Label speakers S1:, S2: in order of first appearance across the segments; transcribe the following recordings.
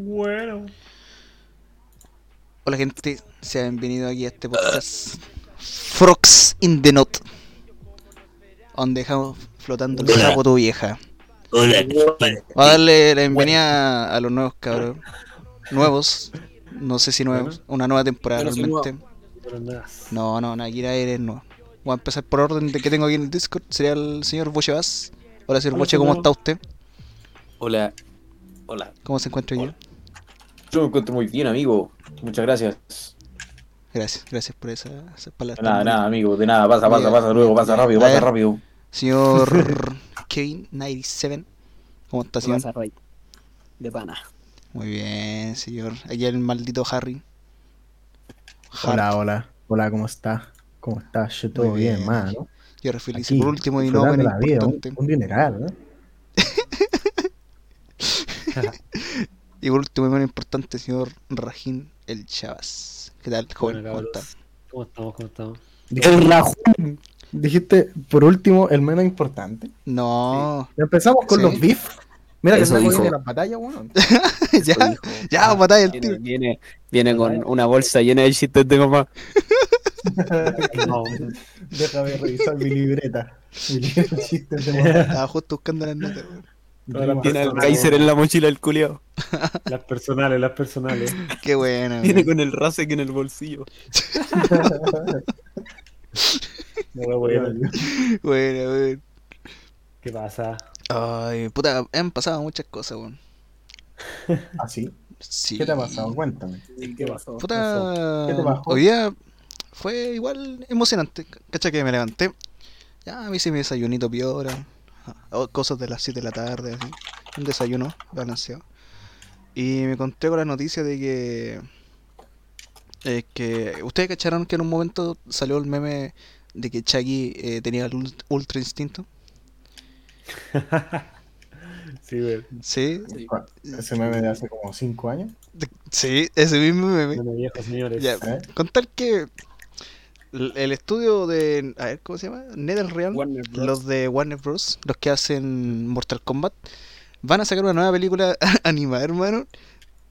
S1: Bueno.
S2: Hola gente, sean bienvenidos aquí a este podcast Frogs in the Knot Donde dejamos flotando el
S3: Hola.
S2: sapo tu vieja
S3: Hola,
S2: Voy a darle la bienvenida a los nuevos cabros Nuevos, no sé si nuevos, una nueva temporada
S1: Yo no soy
S2: realmente
S1: Pero nuevas.
S2: No, no, Nakira eres nuevo Voy a empezar por orden de que tengo aquí en el Discord Sería el señor Boche Vaz Hola señor
S1: Hola,
S2: Boche, ¿cómo
S1: señor.
S2: está usted?
S4: Hola. Hola.
S2: ¿Cómo se encuentra yo?
S4: Yo me encuentro muy bien, amigo. Muchas gracias.
S2: Gracias, gracias por esa- esas palabras
S4: De nada,
S2: tan
S4: nada, amigo. De nada. Pasa,
S2: Bien.
S4: pasa, pasa luego. Pasa
S2: Bien.
S4: rápido,
S2: A
S4: pasa
S2: ver.
S4: rápido.
S2: Señor Kevin97, ¿cómo está, señor?
S3: Pasa, Roy. De pana.
S2: Muy bien, señor. Aquí el maldito Harry.
S5: Hola,
S2: Hart.
S5: hola. Hola, ¿cómo está? ¿Cómo está? Yo todo
S2: Muy
S5: bien,
S2: bien.
S5: hermano.
S2: Yo era feliz.
S5: Aquí,
S2: por último y no
S5: disfrutando
S2: menos
S5: la vida, un,
S2: importante.
S5: un dineral, ¿no?
S2: Y por último y menos importante, señor Rajín el Chavas. ¿Qué tal, joven?
S1: Bueno,
S2: ¿Cómo
S1: cabros.
S2: está?
S1: ¿Cómo estamos? ¿Cómo estamos?
S5: Dijiste, dijiste, por último, el menos importante.
S2: No,
S5: Empezamos con
S2: Sí.
S5: los beef. Mira que
S3: Eso
S5: se
S3: dijo.
S5: de la batalla, weón.
S2: ya,
S3: Hijo.
S2: ya, batalla el tiro.
S3: Viene, viene, viene con una bolsa llena de chistes de mamá.
S1: No,
S5: Déjame revisar mi libreta. Mi libreta de chistes de mamá.
S2: Estaba justo buscando las notas. weón.
S5: Todas las
S3: Tiene al
S5: personas,
S3: Kaiser en la mochila el culiao.
S1: las personales, las personales.
S2: Qué bueno.
S3: Viene
S2: weón.
S3: con el Rasek en el bolsillo.
S1: No me voy a
S5: weón.
S2: Bueno, weón.
S1: ¿Qué pasa?
S2: Ay, puta, han pasado muchas cosas, weón.
S5: Así.
S2: Sí.
S5: Ah, ¿Qué te ha pasado? Cuéntame.
S1: ¿Qué pasó?
S2: Puta,
S5: ¿Qué te bajó?
S2: hoy día fue igual emocionante. Cacha que me levanté. Ya me hice mi desayunito piora. o Cosas de las 7 de la tarde. así. Un desayuno balanceado. Y me encontré con la noticia de que. eh, que Ustedes cacharon que en un momento salió el meme de que Chucky eh, tenía el ult- ultra instinto.
S1: Sí, güey.
S2: Sí,
S5: Ese meme de hace como 5 años.
S2: sí, ese mismo meme.
S1: Bueno, viejos señores.
S2: Ya,
S5: ¿eh?
S2: con tal que el el estudio de. A ver, ¿cómo se llama? Netherrealm.
S3: Warner Bros.
S2: los de Warner Bros., los que hacen Mortal Kombat, van a sacar una nueva película animada, hermano,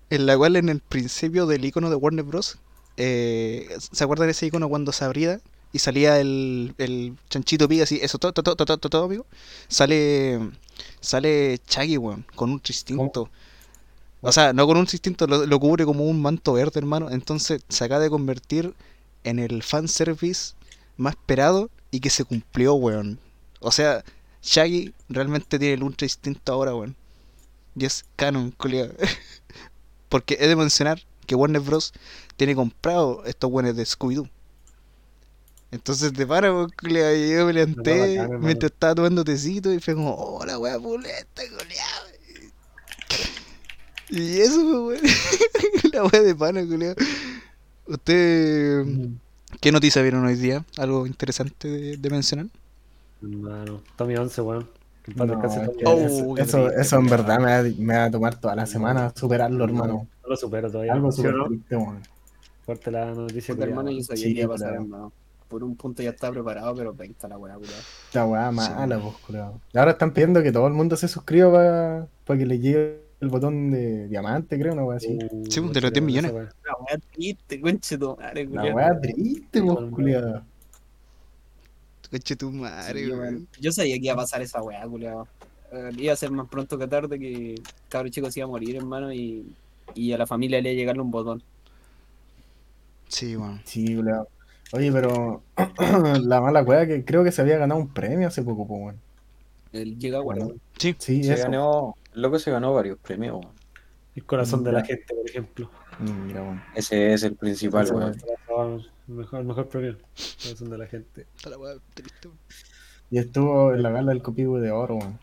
S2: en la cual en el principio del icono de Warner Bros., eh, ¿se acuerdan de ese icono cuando se abría y salía el, el chanchito piga así, eso, todo, todo, todo, todo, todo, amigo? Sale, sale Chaggy, weón, con un instinto. O sea, no con un instinto, lo, lo cubre como un manto verde, hermano. Entonces se acaba de convertir en el fanservice más esperado y que se cumplió, weón. O sea, Shaggy realmente tiene el ultra instinto ahora, weón. Y es canon, culiao. Porque he de mencionar que Warner Bros. tiene comprado estos weones de Scooby-Doo. Entonces te para, weón, culiao. Y yo
S1: Está
S2: me levanté
S1: bacán, hermano.
S2: mientras estaba tomando tecito y fue como, oh, la wea pulenta, culiao. Y eso, pues, weón. la wea de pana, culiao. Usted. ¿Qué noticias vieron hoy día? ¿Algo interesante de, de mencionar?
S1: Hermano, Tommy 11, weón. Que en paz
S5: No,
S1: descanse,
S5: es
S1: Tommy
S5: que
S2: Oh,
S1: 11.
S5: eso,
S2: qué
S5: eso,
S2: triste,
S5: eso en
S2: weón.
S5: verdad me va, a- me va a tomar toda la semana superarlo, hermano.
S2: Oh.
S1: No lo supero todavía.
S5: Algo
S1: ¿Sí o
S5: súper
S1: no?
S5: triste, weón.
S1: Fuerte la noticia.
S6: Puta, hermano, yo
S1: culiao.
S6: sabía
S5: Sí,
S6: que iba a pasar,
S5: claro.
S6: hermano. Por un punto ya estaba preparado, pero venga la weá, culiao.
S5: La weá mala, pues, culiao. Ahora están pidiendo que todo el mundo se suscriba para que le llegue el botón de diamante, creo, una weá así.
S1: Uh,
S2: Sí, de los
S1: cualquier
S2: 10 millones.
S1: cosa, weón.
S6: La weá triste, conche tu madre,
S5: La
S6: culiao.
S5: weá triste, pues,
S1: Igual,
S5: culiao.
S2: Coche tu
S6: Sí,
S2: madre,
S6: weón.
S2: weón.
S6: Yo sabía que iba a pasar esa weá, culiao. Eh, iba a ser más pronto que tarde que cabrón chico se iba a morir, hermano, y, y a la familia le iba a llegarle un botón.
S2: Sí, weón.
S5: Sí, culiao. Oye, pero la mala weá que creo que se había ganado un premio hace poco, pues, weón.
S6: Él
S3: Ah,
S6: llega a guardar.
S5: Sí,
S4: Se
S5: eso.
S4: ganó. El loco se ganó varios premios. weón.
S1: El corazón de la
S5: Ya.
S1: gente, por ejemplo.
S5: Mm, Mira, weón.
S4: Ese es el principal,
S5: Ese
S4: weón.
S5: weón.
S1: El mejor, el mejor premio. El corazón de la gente.
S2: Está la weá triste, weón.
S5: Y estuvo en la gala del copivo de oro, weón.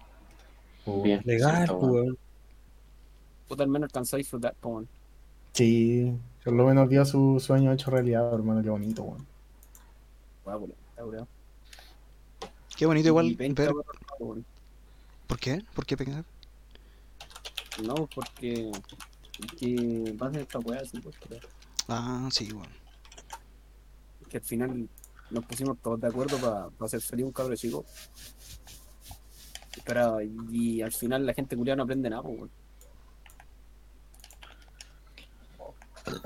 S5: Pues,
S4: Bien.
S1: Legal,
S4: Sí, está bueno.
S1: weón.
S6: Puta, al menos alcanzó a disfrutar, po, weón.
S5: Sí, por lo menos dio su sueño hecho realidad, hermano. Qué bonito, weón.
S6: Weá, culiao, la weá.
S2: Qué bonito
S6: Y
S2: igual
S6: venga,
S2: ver.
S6: weón.
S2: ¿Por qué? ¿Por qué pegar?
S6: No, porque. Que pasa esta weá, así, pues, culiao.
S2: Ah, sí, weón.
S6: que al final nos pusimos todos de acuerdo para hacer feliz un cabro chico. Pero, y al final la gente culiada no aprende nada, pues, weón.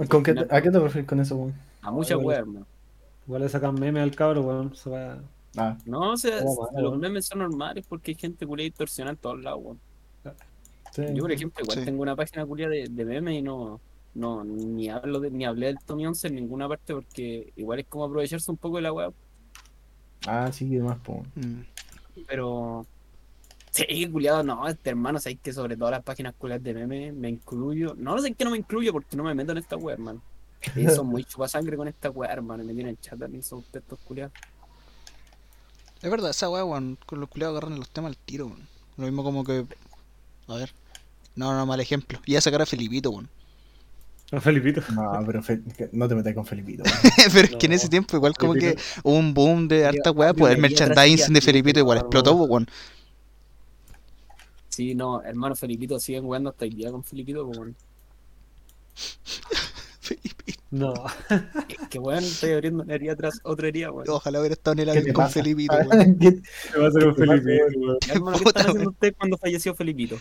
S5: ¿Con qué te- ¿A qué te refieres con eso, weón?
S3: A muchas
S1: Ay,
S3: weas, hermano.
S1: Igual le sacan meme al cabro, weón. Se va.
S5: Ah,
S3: No, o sea,
S1: Oh, bueno.
S3: los memes son normales porque hay gente culia distorsionada en todos lados, weón.
S5: sí.
S3: Yo, por ejemplo, igual
S2: Sí.
S3: tengo una página culia de, de memes y no, no ni hablo de, ni hablé del Tommy 11 en ninguna parte porque igual es como aprovecharse un poco de la wea,
S5: Ah, sí, que más, po, weón.
S2: Mm.
S3: pero sí, culiado, no, este hermano, sabes que sobre todo las páginas culiadas de memes me incluyo. No, sé que no me incluyo porque no me meto en esta wea, hermano. Y son muy chupasangre con esta wea, hermano, y me tienen chata, también son ustedes estos culiados.
S2: Es verdad, esa weá, weón, con los culiados agarran los temas al tiro, weón. Lo mismo como que. A ver. No, no, mal ejemplo. Y a sacar a Felipito, weón.
S1: A Felipito.
S5: No, pero Fe- que- no te metas con Felipito.
S2: Pero es que en
S1: No,
S2: ese tiempo, igual como que
S1: Felipito.
S2: hubo un boom de harta weá,
S3: yo
S2: pues el
S3: leí otras
S2: merchandising de
S3: tías,
S2: Felipito
S3: tío,
S2: igual
S3: por
S2: explotó,
S3: favor.
S2: weón.
S3: Sí, no, hermano, Felipito, siguen jugando hasta el día con Felipito, pues, weón.
S2: Felipito.
S1: No.
S3: Es que, weón, estoy abriendo una herida tras otra herida, weón.
S2: Ojalá hubiera estado en el
S5: ¿Qué
S2: avión
S5: te
S2: con
S5: pasa?
S2: Felipito, weón.
S5: weón. ¿Qué-
S1: Se va a hacer un
S5: ¿Qué te pasa,
S1: Felipito, weón.
S3: Hermano, ¿qué
S2: Puta,
S3: están haciendo
S2: weón.
S3: ustedes cuando falleció Felipito?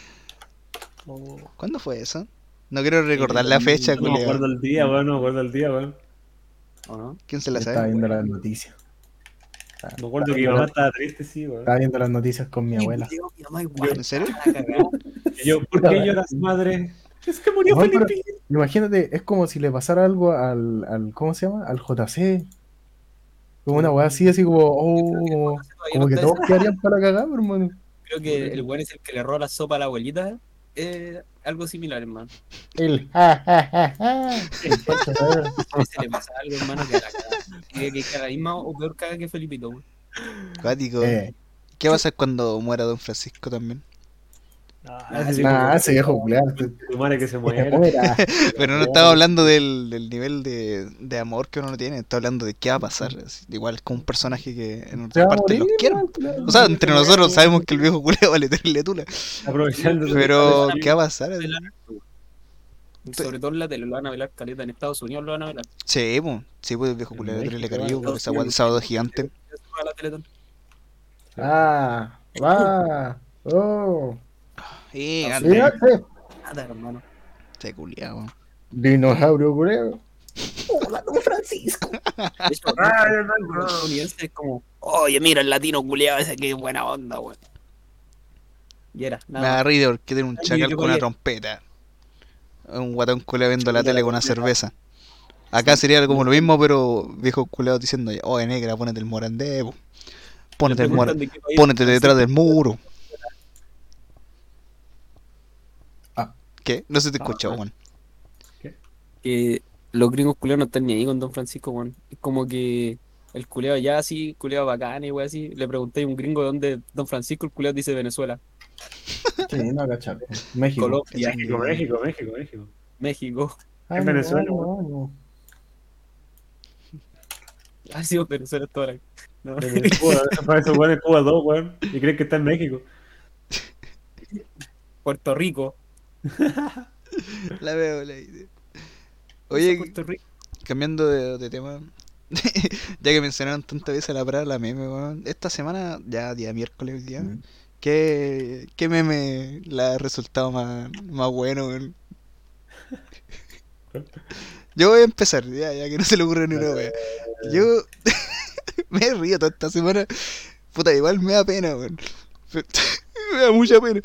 S2: ¿Cuándo fue eso? No quiero recordar la fecha,
S1: No me
S2: culiao.
S1: acuerdo el día, weón. No me acuerdo el día, weón.
S3: ¿O no?
S2: ¿Quién se la
S5: Estaba
S2: sabe?
S5: viendo las noticias.
S1: Me acuerdo que mi mamá estaba triste, sí, weón.
S2: Ah,
S5: Estaba viendo las noticias con mi abuela.
S3: Dios, mi mamá igual,
S2: ¿En serio?
S3: la cagada.
S1: Y yo, ¿por qué lloras, madre? Es que murió
S5: No, pero-
S1: Felipito.
S5: Imagínate, es como si le pasara algo al, al ¿cómo se llama? Al JC. Como una weá así, así como, oh, como que todos quedarían para cagar, hermano.
S3: Creo que el weón es el que le roba la sopa a la abuelita. Eh, algo similar, hermano.
S5: El ja, ja, ja, ja.
S3: A veces le pasa algo, hermano, que la caga. Que, que caga la misma o peor caga que Felipito, weón.
S2: Cuático.
S5: Eh,
S2: ¿Qué va a pasar cuando muera Don Francisco también?
S1: Ah, ese sí,
S5: nah,
S1: weón.
S5: ese viejo culiado.
S1: Tu madre que se muere.
S5: Pero
S2: Pero no estaba hablando del, del nivel de, de amor que uno no tiene, estaba hablando de qué va a pasar. así, Igual con un personaje que en otra parte los quiere. O sea, entre nosotros sabemos que el viejo culiao vale tenerle tula.
S1: Aprovechando.
S2: Pero, ¿qué va a pasar?
S3: Velar, weón. Sobre todo en la tele, lo van a velar caleta. En Estados Unidos lo van a velar.
S2: Sí, po, sí, pues el viejo culiao de Tenerle Caribe, por esa weá del sábado gigante.
S3: Eso va a la Teletón.
S5: Ah, va. Oh,
S2: Eh, anda,
S5: fíjate.
S3: Nada, hermano.
S2: este culiao.
S5: Dinosaurio culiado.
S3: De hecho,
S1: Ah,
S3: los estadounidenses es como, oye, mira el latino culiado ese, qué buena onda, weón. Y era,
S2: Me
S3: nada. más.
S2: agarré de que tiene un
S3: Ay,
S2: chacal
S3: yo
S2: con una
S3: colgué.
S2: trompeta. Un guatón culiao viendo la tele con una cerveza. Acá sería como lo mismo, pero viejo culiao diciendo, oye negra, ponete el morandé, po. ponete el
S3: Preguntan
S2: morandé,
S3: de qué país
S2: ponete
S3: es.
S2: detrás del muro.
S5: Ah.
S2: ¿Qué? No se te escuchó,
S1: Ah.
S2: Juan.
S3: que los gringos culeados no están ni ahí con Don Francisco, weón. Es como que el culeado allá así, culeado bacán y weón así. Le pregunté a un gringo de dónde Don Francisco, el culeado dice Venezuela,
S5: Sí, no cachar. México.
S3: Colombia,
S1: México, México, México, México.
S3: México.
S5: Ay,
S1: en Venezuela,
S5: no, no,
S3: Ha sido Venezuela toda la... No.
S1: En Cuba, para eso, weón, en Cuba 2, weón. Y creen que está en México.
S3: Puerto Rico.
S2: La veo, la idea.
S3: Ese
S2: Oye,
S3: Puerto Rico.
S2: cambiando de, de tema, ya que mencionaron tantas veces la palabra meme, weón, esta semana, ya día miércoles hoy día,
S5: Mm.
S2: ¿qué, qué meme le ha resultado más, más bueno, weón? Yo voy a empezar, ya, ya que no se le ocurre ni una wea. Yo me río toda esta semana. Puta, igual me da pena, weón. me da mucha pena.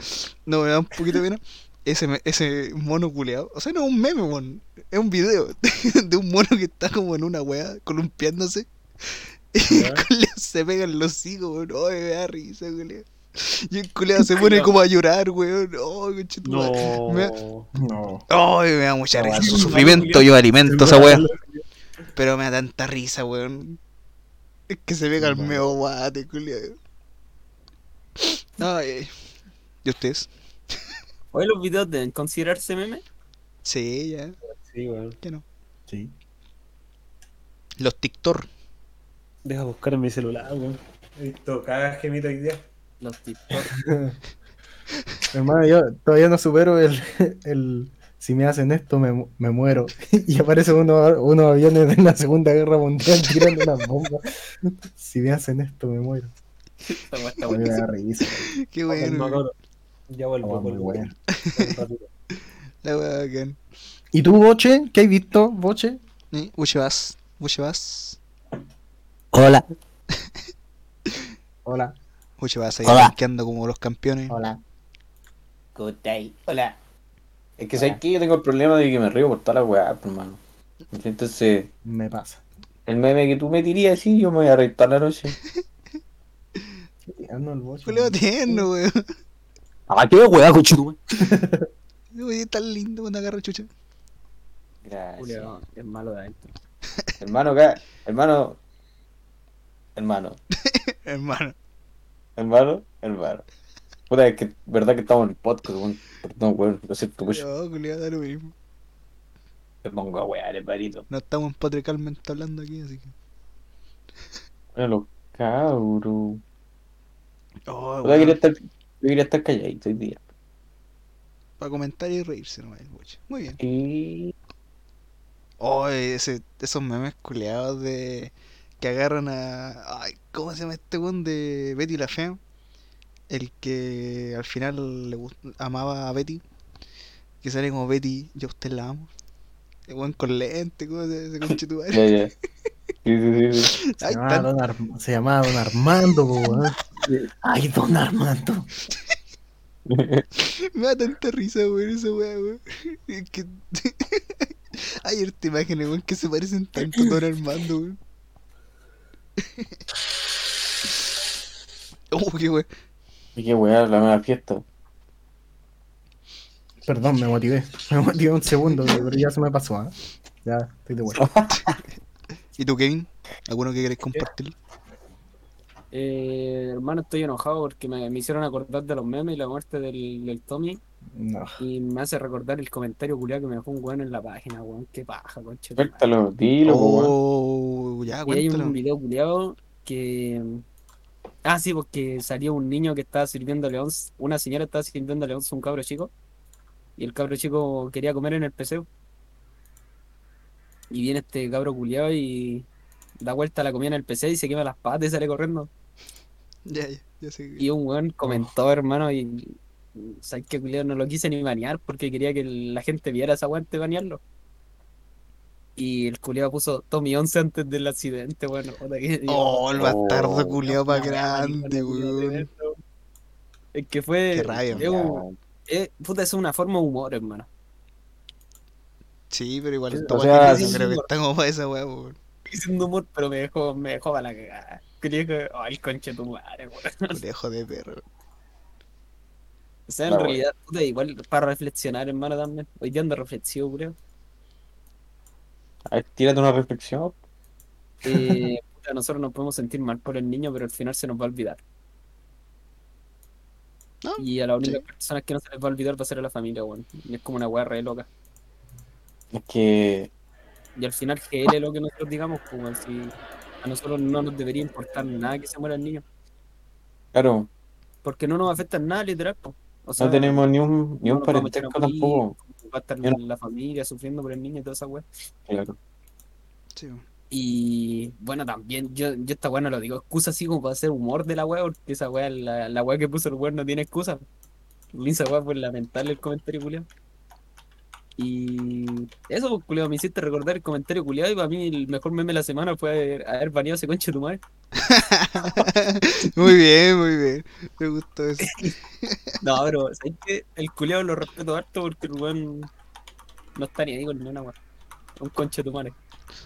S2: No, me da un poquito de pena. Ese, me- ese mono culeado. O sea, no es un meme, weón. Es un video de un mono que está como en una wea, columpiándose. Y
S1: Ya.
S2: culiao se pegan los hijos, weón. Oh, me da risa, culeado. Y el culeado se pone como a llorar, weón. Oh, conchetumare. Me-
S1: No.
S5: no.
S2: Ay, me da mucha
S5: No,
S2: risa
S5: vale.
S2: su sufrimiento, yo alimento esa weá. Pero me da tanta risa, weón. Es que se pega el
S5: Vale.
S2: meo guate, culiao. Ay. ¿Y ustedes?
S3: Oye, los videos deben considerarse meme.
S2: Sí, ya.
S1: Sí, weón.
S5: Sí.
S2: Los TikTok.
S1: Deja buscar en mi celular, weón. Listo, cagas gemita hoy día.
S3: Los TikTok.
S5: Hermano, yo todavía no supero el, el si me hacen esto me, mu- me muero. Y aparece uno, unos aviones de la Segunda Guerra Mundial tirando las bombas. Si me hacen esto me muero.
S3: Esta weá está
S5: A mí
S3: buena.
S5: me da risa.
S2: Qué
S1: Calma,
S2: bueno.
S1: cabrón. Ya vuelvo,
S5: Muy
S1: vuelvo.
S5: bueno.
S1: Un ratito.
S2: La wea bacán.
S5: ¿Y tú, Boche? ¿Qué has visto, Boche?
S2: Eh, Uchebas. Uchebas.
S7: Hola.
S5: Hola,
S2: Uchebas ahí
S7: Hola.
S2: rankeando como los campeones.
S5: hola.
S3: Good day. Hola.
S4: Es que sabes que yo tengo el problema de que me río por toda la weá, pues, hermano. Entonces,
S5: Me pasa.
S4: el meme que tú me tirías, sí, yo me voy a reír toda la noche.
S5: Qué tierno el Boche.
S2: Culeo tierno, weón.
S7: ¿A Ah, qué weá, cochudo?
S2: Oye, tan lindo cuando agarra chucha.
S4: Gracias.
S3: Julio, es malo de adentro.
S4: Hermano, acá, hermano, hermano,
S2: Hermano.
S4: hermano, hermano. Puta, es que, verdad que estamos en el podcast, weón. Perdón, weón, lo siento mucho.
S2: No, culeo, da lo mismo.
S4: Me pongo a wear,
S3: eh,
S4: hermanito.
S2: No estamos patricalmente hablando aquí, así que.
S4: Bueno, los cabros.
S2: Oh,
S4: Puta, quería estar, yo quería estar calladito hoy día.
S2: Para comentar y reírse nomás el boche. Muy bien.
S4: Y...
S2: Oh, ese, esos memes culeados de. que agarran a. Ay, ¿cómo se llama este weón de Betty la Fea? El que al final le gust- amaba a Betty. Que sale como Betty, yo a usted la amo. El weón con lente, ¿cómo se, se conche tu madre?
S4: Ya, ya. Sí, sí, sí, sí.
S5: Se
S2: Ay,
S5: llamaba,
S2: tan-
S5: don Arm- se llamaba Don Armando, po, weón. Ay, Don Armando.
S2: Me da tanta risa, weón, esa weá, weón. Es que. Hay esta imagen, weón, que se parecen tanto a Don Armando, weón. Oh, qué weón.
S4: Y qué weá, la nueva fiesta.
S5: Perdón, me motivé. Me motivé un segundo, pero ya se me pasó, ¿ah? Ya, estoy de vuelta.
S2: ¿Y tú, Kevin? ¿Alguno que querés compartir?
S3: Eh, hermano, estoy enojado porque me, me hicieron acordar de los memes y la muerte del, del Tommy.
S5: No.
S3: Y me hace recordar el comentario culiado que me dejó un weón en la página, weón. Qué paja, concha. de tu madre.
S4: Suéltalo, dilo, po, weón.
S2: Oh, ya,
S3: Y hay un
S2: cuéntalo.
S3: video culiado que. Ah, sí, porque salió un niño que estaba sirviéndole a un- Una señora estaba sirviéndole a un cabro chico. Y el cabro chico quería comer en el peseo. Y viene este cabro culiado y da vuelta a la comida en el PC y se quema las patas y sale corriendo.
S2: Ya, ya, ya sé.
S3: Y un weón comentó, hermano, y. ¿Sabes qué, culiado? No lo quise ni banear porque quería que la gente viera esa guante banearlo. Y el culiado puso Tommy 11 antes del accidente, bueno. puta que-
S2: Oh, el bastardo
S4: Oh,
S2: culeado más
S3: Una weá,
S2: grande,
S3: marica,
S2: weón.
S3: tremendo. Es que fue.
S2: Qué rabia,
S3: es un- es- puta, es una forma de humor, hermano.
S2: Sí, pero igual
S3: O
S2: está
S4: sea,
S2: guay,
S3: sí.
S2: creo que está como para esa weá, weón.
S3: Estoy diciendo humor, pero me dejó, me dejó para la cagada. Quería que. Ay, conche tu madre, weón.
S2: Culejo de perro.
S3: O sea,
S4: La
S3: en
S4: wea.
S3: realidad, puta, igual para reflexionar, hermano, también. Hoy día ando reflexivo, creo.
S4: A ver, tírate una reflexión.
S3: Eh, puta, nosotros nos podemos sentir mal por el niño, pero al final se nos va a olvidar.
S2: No,
S3: Y a las únicas
S2: sí.
S3: personas que no se les va a olvidar va a ser a la familia, weón. Y Es como una weá re loca.
S4: Es que
S3: Y al final, que él es lo que nosotros digamos, pues, weón, si a nosotros no nos debería importar nada que se muera el niño.
S4: Claro,
S3: Porque no nos afecta en nada, literal, po. O
S2: Ah.
S3: sea,
S4: no tenemos ni un, ni
S3: no nos
S4: un
S3: vamos a echar a
S4: parentesco
S3: morir,
S4: tampoco.
S3: Va a estar
S4: Yo
S3: la familia sufriendo por el niño y toda esa weá.
S4: Claro.
S2: Sí, weón.
S3: Y bueno, también, yo, yo esta weá no lo digo excusa así como para hacer humor de la weá, porque esa weá, la, la weá que puso el weón no tiene excusa. Linda weá por lamentable el comentario culiao. Y eso, pues, culiao, me hiciste recordar el comentario culiao y para mí el mejor meme de la semana fue haber, haber baneado ese conche de tu madre.
S2: Muy bien, muy bien. Me gustó eso.
S3: No, pero ¿sabes qué? el culiao lo respeto harto porque el weón no está ni ahí con ninguna weá. Un conche de tu madre.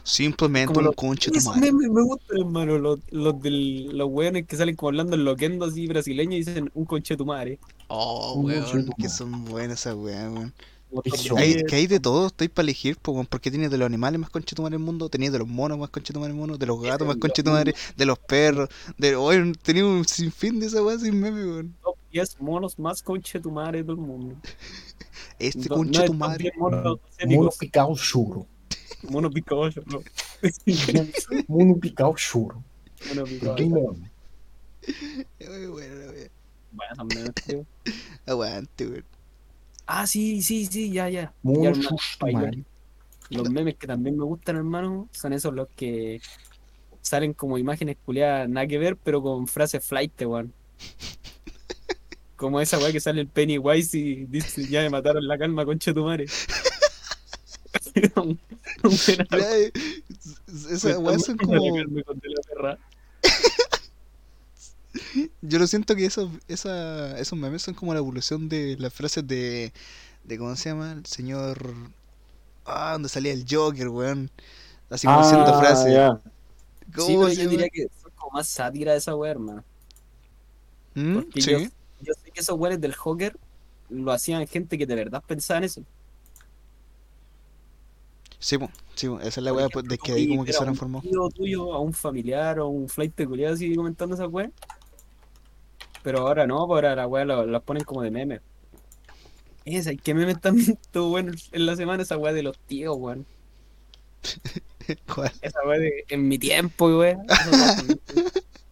S2: Simplemente
S3: Como
S2: un
S3: lo-
S2: conche tu
S3: Esos
S2: madre.
S3: memes me gustan, hermano. Los, los, del, los weones que salen como hablando en loquendo así brasileño y dicen un conche tu madre.
S2: Oh,
S5: Un conche tu
S2: weón, que
S5: madre.
S2: son buenas esas weas, weón.
S3: Como
S4: Y
S3: los
S4: yo-
S2: Hay,
S3: güeyes-
S2: que hay de todo, estoy para elegir, po, weón, porque tienes de los animales más conchetumar el mundo, tenías de los monos más conchetumar el mundo, de los gatos más
S3: lo
S2: conchetumar, de los perros, de. Oye, tenía un sinfín de esa wea sin meme, weón.
S3: top 10 monos más conche tu madre del mundo.
S2: Este
S3: No-
S2: conche
S3: no
S2: tu
S3: el top
S2: madre.
S3: 10 monos
S5: Mono
S3: asiáticos,
S5: picado churro.
S3: mono picoso, bro.
S5: Mono picado churro.
S3: Mono picoso.
S5: Primero.
S2: Ay, weón, la wea.
S3: Bueno, también, tío.
S2: Aguante, weón.
S3: Ah, sí, sí, sí, ya, ya. Ya,
S5: Mono
S3: hermano, pa' allá.
S5: chustumare.
S3: Los memes que también me gustan, hermano, son esos los que salen como imágenes culiadas, nada que ver, pero con frases flight, weón. Como esa weá que sale el Pennywise y dice, ya me mataron la calma, concha de tu madre. Un- un penal.
S2: Ya, eh,
S3: Me
S2: Esas
S3: están
S2: weas son
S3: matando la
S2: como.
S3: calma con de la perra.
S2: Yo lo siento que esos, esa- esos memes son como la evolución de las frases de, de. ¿Cómo se llama? El señor. Ah, donde salía el Joker, weón. Así como haciendo
S4: Ah,
S2: frases.
S4: ya.
S2: ¿Cómo
S3: Sí, pero
S2: se
S3: yo
S2: llama?
S3: diría que son como más sátira de esa weá, hermano.
S2: ¿Mm?
S3: porque
S2: Sí.
S3: yo- Yo sé que esos weones del Joker lo hacían gente que de verdad pensaba en eso.
S2: Sí, po, sí, po, esa es la
S3: Por
S2: wea
S3: ejemplo,
S2: pues, de
S3: tú
S2: que ahí como
S3: vi
S2: que se
S3: a un
S2: transformó.
S3: tío tuyo, a un familiar o un flight de culiado así comentando esa weá. Pero ahora no, pues ahora la weá la- las ponen como de meme. Esa, ¿y qué meme están viendo, bueno, en la semana esa weá de los tíos, weón?
S2: ¿Cuál?
S3: Esa weá de en mi tiempo, weón.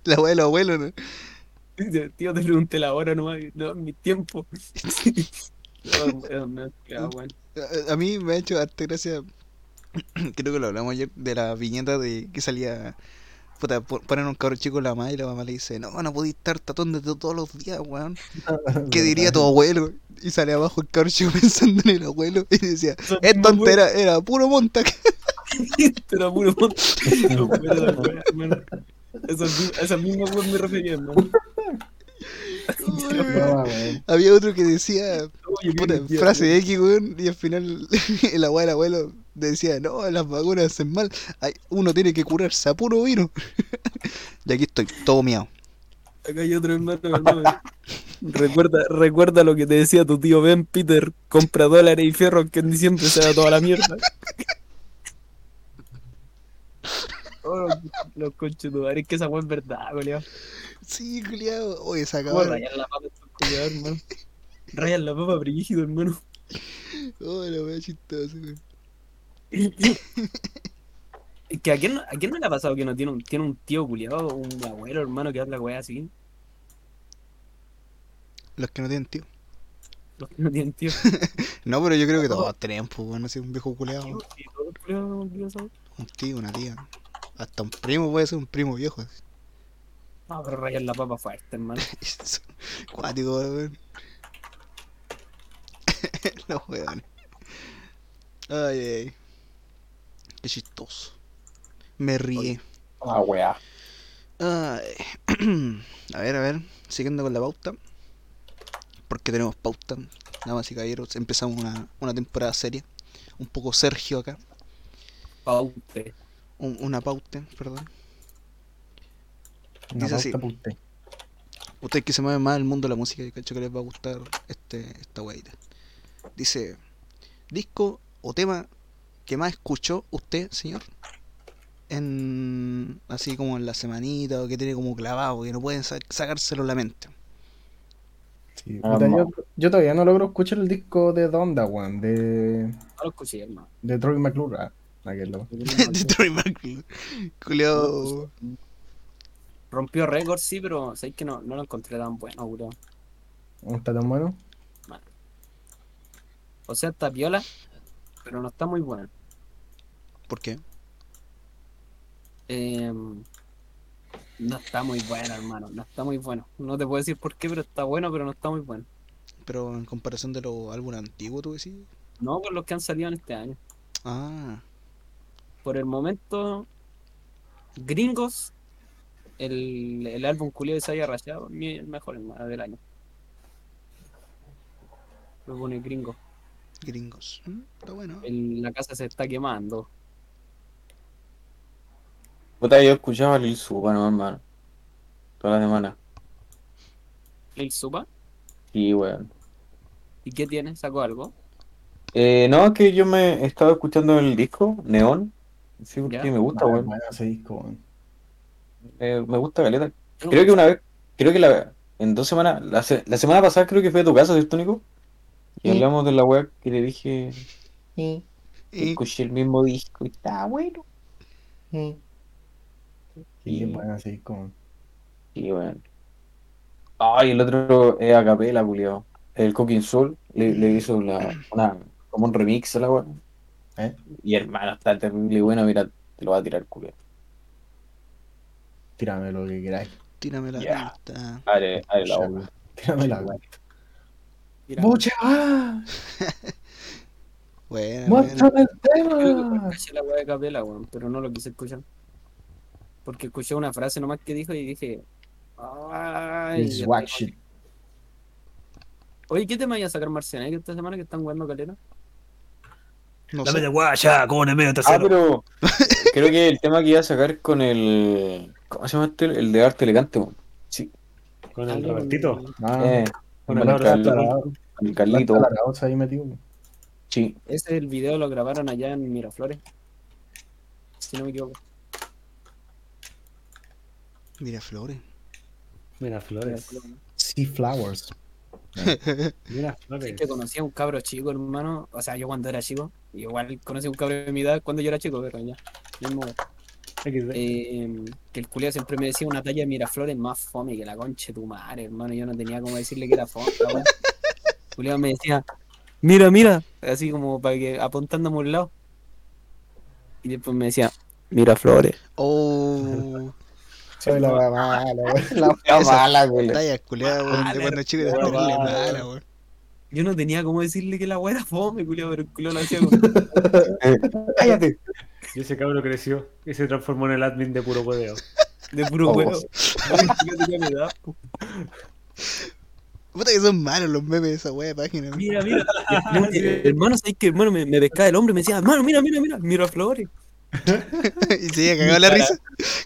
S2: La wea de los abuelos, ¿no?
S3: Tío, te pregunté la hora nomás, y, no, en mi tiempo. No, weón, no, ya, weón.
S2: A- A mí me ha hecho harta gracia, creo que lo hablamos ayer, de la viñeta de que salía, puta, po- ponen a un cabro chico la mamá y la mamá le dice, no, no podí estar tatón desde todos los días, weón. ¿Qué diría tu abuelo? Y sale abajo el cabro chico pensando en el abuelo y decía,
S3: Esa
S2: es
S3: misma weá.
S2: tontera, era puro montaje.
S3: Te lo juro, po. Los cueros de la wea, hermano. Esas mi- esas mismas weas me refería, hermano.
S5: No, weón.
S2: Había otro que decía,
S3: Oye, qué
S2: puta,
S3: mentira,
S2: frase X, weón, y al final el abuelo, el abuelo decía, no, las vacunas hacen mal, Ay, uno tiene que curarse a puro vino. y aquí estoy, todo miado.
S3: weón. Acá hay otro hermano, hermano. Recuerda, recuerda lo que te decía tu tío Ben Peter, compra dólares y fierro que en diciembre se da toda la mierda. Oh, los- los conches de tu madre, es que esa wea es verdad, culiao.
S2: Sí, culiado. Oye, se
S3: ¿Cómo
S2: acabaron.
S3: rayan la papa estos culiados, hermano? Rayan la papa brígido, hermano.
S2: Oh, la wea chistosa, güey.
S3: Es que a quién, a quién no le ha pasado que no tiene un, tiene un tío culiado, un abuelo, hermano, que habla weá así.
S2: Los que no tienen tío.
S3: Los que no tienen tío.
S2: No, pero yo creo que todos tenemos, pues, bueno, así un viejo culeado,
S3: Sí, todos los culiados son curiosos.
S2: un tío, una tía. Hasta un primo puede ser un primo viejo. así.
S3: No, Ah, pero rayan la papa fuerte, hermano.
S2: Es Cuático, weón. Los weones. Ay, ay. Qué chistoso. Me ríe.
S4: Ah, weá.
S2: Ay. A ver, a ver. Siguiendo con la pauta. Porque tenemos pauta. Damas y caballeros, empezamos una, una temporada seria. Un poco Sergio acá.
S3: Paute.
S2: un- una pauta, perdón.
S5: Una
S2: Dice así.
S5: pauta pa' usted.
S2: Ustedes que se mueven más el mundo de la música, yo cacho que les va a gustar este, esta weita. Dice, disco o tema que más escuchó usted, señor, en así como en la semanita o que tiene como clavado, que no pueden sa- sacárselo de la mente.
S5: Sí,
S4: Ah,
S5: puta,
S4: ma.
S5: yo, yo todavía no logro escuchar el disco de Donda, weón, de,
S3: No lo escuché, hermano.
S5: de Troy McClure. Ah, aquel loco.
S2: De Troy McClure. Culeado.
S3: Rompió récord, sí, pero sabéis que no, no lo encontré tan bueno, bro.
S5: ¿No está tan bueno?
S3: O sea, está piola, pero no está muy bueno.
S2: ¿Por qué?
S3: Eh, no está muy bueno, hermano. No está muy bueno. No te puedo decir por qué, pero está bueno, pero no está muy bueno.
S2: Pero en comparación de los álbumes antiguos, tú decís.
S3: No por los que han salido en este año.
S2: Ah,
S3: por el momento, Gringos, el, el álbum culiado de Saya Rayado, mi- el mejor hermano del año. Lo pone Gringo.
S2: gringos. Mm, Está bueno.
S6: Eh,
S3: El- la casa se está quemando.
S4: Puta, yo escuchaba a Lil Supa, no, hermano. Toda la semana.
S3: Lil Supa.
S4: Sí, weón.
S3: ¿Y qué tiene? ¿Sacó algo?
S4: Eh, no, es que yo me he estado escuchando el disco, Neón. Sí, porque
S3: Ya.
S4: me gusta,
S5: Ah,
S4: weón.
S5: bueno, ese disco, weón.
S4: Eh, me gusta caleta. Creo que una vez, creo que la, en dos semanas, la, se- la semana pasada creo que fue a tu casa, ¿cierto, Nico? Y
S5: Sí.
S4: hablamos de la web que le dije, que
S2: Y
S4: escuché el mismo disco y está bueno.
S5: Sí,
S4: Sí.
S5: bueno, ese disco, weón.
S4: Y bueno. Ay, el otro es a capela, culiao. El Cooking Soul le, le hizo la- una, como un remix a la web.
S5: ¿Eh?
S4: Y hermano, está terrible bueno, mira, te lo va a tirar, culiao.
S5: Tírame lo que queráis.
S2: tírame la
S4: Ya.
S2: lista.
S4: Abre, abre la
S5: Ya,
S4: boca.
S5: weón. Tírame la weá.
S6: Mira,
S5: ¡Mucha! ¡Ah!
S2: Bueno, bueno.
S5: ¡Muéstrame el
S6: creo que fue
S5: tema!
S6: casi la weá de Capela, weón, pero no lo quise escuchar. Porque escuché una frase nomás que dijo y dije. Ay,
S3: It's
S6: ya
S3: whack
S6: tengo-
S3: shit.
S6: Oye, ¿qué tema iba a sacar Marcianeque esta semana que están jugando calera?
S2: No
S1: Dame
S2: sé.
S1: de guaya, con el medio
S4: Ah,
S1: trasero.
S4: pero creo que el tema que iba a sacar con el. ¿Cómo se llama este? El de arte elegante, weón. Sí.
S1: Con el Robertito.
S5: Ah,
S4: Eh,
S1: Con el
S4: con el
S1: Roberto
S4: Carlito.
S1: Alvarado.
S4: con el
S5: la
S4: Carlito.
S5: Laraosa ahí metido.
S4: Sí.
S6: Ese el video lo grabaron allá en Miraflores. Si no me equivoco.
S2: Mira, Flores.
S1: Mira Flores.
S6: Miraflores.
S5: Sea Flowers.
S1: Mira
S6: Es
S1: Flores.
S6: que conocí a un cabro chico, hermano. O sea, yo cuando era chico, igual conocí a un cabro de mi edad cuando yo era chico, pero ya. mismo.
S1: XD.
S6: Eh, que el culiao siempre me decía una talla de Miraflores más fome que la concha de tu madre, hermano. Yo no tenía cómo decirle que era fome. la wea. El culiao me decía, mira, mira, así como para que apuntándome a un lado. Y después me decía, Miraflores.
S2: Oh,
S5: Soy la weá mala, weá.
S4: Ya
S2: Esa-
S4: mala, güey.
S2: talla culeada, weón. De cuando chico era
S1: weón.
S2: terrible mala, weón.
S6: Yo no tenía cómo decirle que la weá era fome, culiao, pero el culiao lo hacía con
S4: Cállate.
S1: Y ese cabro creció y se transformó en el admin de puro podeo.
S6: de puro
S4: Oh.
S6: huevo. Yo tenía mi edad, po.
S2: Puta que son malos los memes de esa wea de página. weón.
S6: Mira, mira.
S1: Ah,
S6: No, eh, hermano, ¿sabes que hermano me, me pescaba el hombre y me decía, hermano, mira, mira, mira, Miraflores.
S2: Y se había cagado la risa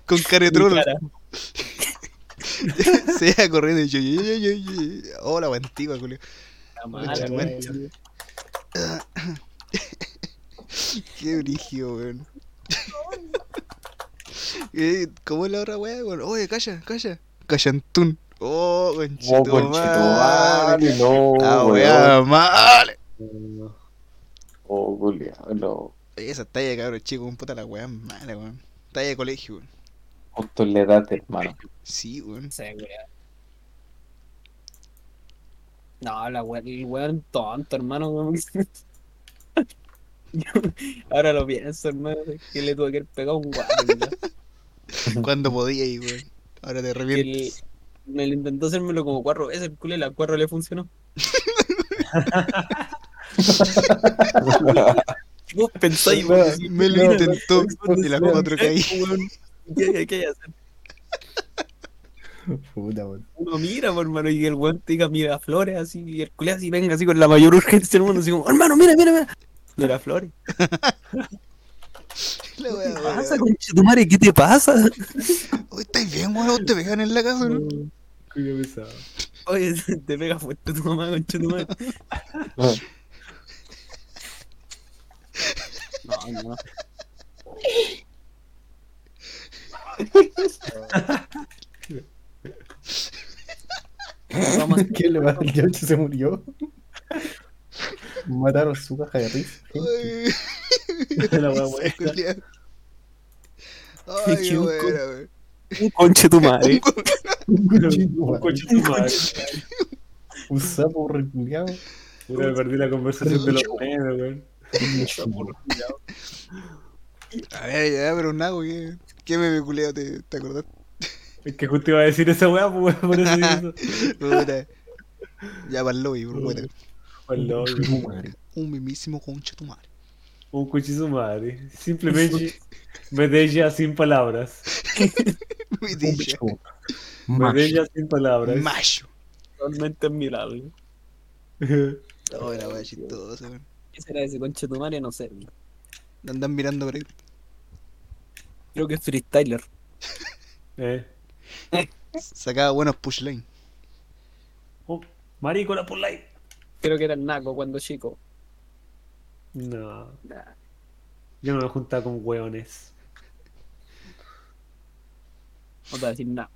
S2: con
S6: Mi
S2: caretrolo.
S6: cara.
S2: Se iba corriendo y yo, yo, yo, yo, yo. Hola, weón, antigua, culeo.
S6: La mala,
S2: Concha,
S6: weón.
S2: Qué brígido, weón. Eh, ¿Cómo es la otra weá, weón? Oye, calla, calla. Callantún. Oh,
S4: Oh,
S2: conchito.
S4: conchetumare, no,
S2: Ah,
S4: güey.
S2: weá, mal.
S4: Oh, culiao, no.
S2: Esa talla, cabrón, chico, un puta la weá mala, weón. Talla de colegio, weón.
S4: Justo en la edad, hermano.
S2: Sí, weón.
S6: Sí, weón. No, la weón, el weón tonto, hermano. weón. Yo- ahora lo pienso, hermano. es Que le tuve que haber pegado un guante.
S2: Cuando podía ir, weón. Ahora te
S6: ¿no? Y
S2: reviento.
S6: el- Me lo intentó hacérmelo como cuatro veces el culo y la cuatro le funcionó. Vos pensáis,
S5: No,
S6: weón, si-
S2: Me lo
S6: mira,
S2: intentó
S6: weón,
S2: y las
S6: weón,
S2: cuatro caí.
S6: weón, ¿Qué qué hay que hacer?
S5: Puta, weón.
S6: uno mira, po, hermano, y el weón te diga, mira flores, así, y el culé así venga, así con la mayor urgencia del mundo, así como, hermano, mira, mira, mira. Mira flores.
S2: La weá,
S6: ¿Qué
S2: weón.
S6: pasa, conchetumare? ¿Qué te pasa?
S2: Oye, ¿estáis bien, weón? ¿Te pegan en la casa, no?
S1: Cuyo pesado.
S6: Oye, te pega fuerte tu mamá, conchetumare. No, no. Vamos a hacer
S5: ¿Qué le va? El Yoshi se murió. Mataron su caja de risa.
S2: Ay,
S1: La weá, weá.
S2: culiao. Ay,
S6: Me
S2: qué
S6: equivoco.
S2: buena, weón.
S6: un conchetumare.
S1: Un coche tu madre.
S5: Un sapo reculeado.
S1: Puta, me perdí la conversación de los memes, weón.
S2: A ver, ya, pero Nago, ¿qué, qué meme culeo te, te acordaste?
S1: Es que justo iba a decir esa weá, pues, weón, por eso dije eso.
S2: Puta. Ya para el lobby, por puta.
S1: Pues, no, weón.
S2: Un mimísimo concha tu madre.
S1: Un coche su madre. Simplemente me deja sin palabras.
S2: Me
S5: Un
S2: dice,
S5: bicho.
S1: Me
S5: Mash.
S1: deja sin palabras.
S2: macho.
S6: Realmente admirable.
S2: Oh, la wea chistosa, weón.
S6: ¿Qué será ese conchetumare? No sé.
S2: Lo andan mirando por ahí.
S6: Creo que es freestyler.
S1: Eh.
S2: Sacaba buenos push line.
S1: Oh, maricola por like.
S6: Creo que era el naco cuando chico.
S1: No,
S6: Nah.
S1: yo no me juntaba con weones.
S6: No te voy a decir nada.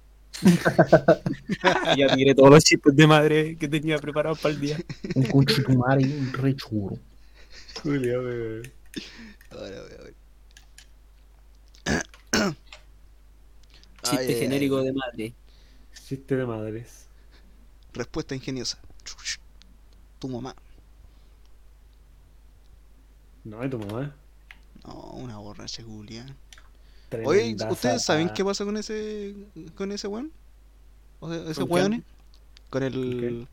S6: ya tiré todos los chistes de madre que tenía preparados para el día.
S5: Un conchetumare y un re churro.
S1: Julio, weón.
S2: Ahora, voy a ver.
S6: Chiste Ah,
S2: Ay, eh, ay,
S6: genérico de madre.
S1: Chiste de madres.
S2: ay. Respuesta ingeniosa. Tu mamá.
S1: No, y tu mamá.
S2: No, una borracha culia. Oye, ¿ustedes saben qué pasa con ese con ese weón? O sea, esos
S6: ¿Con qué?
S2: weones. Con el.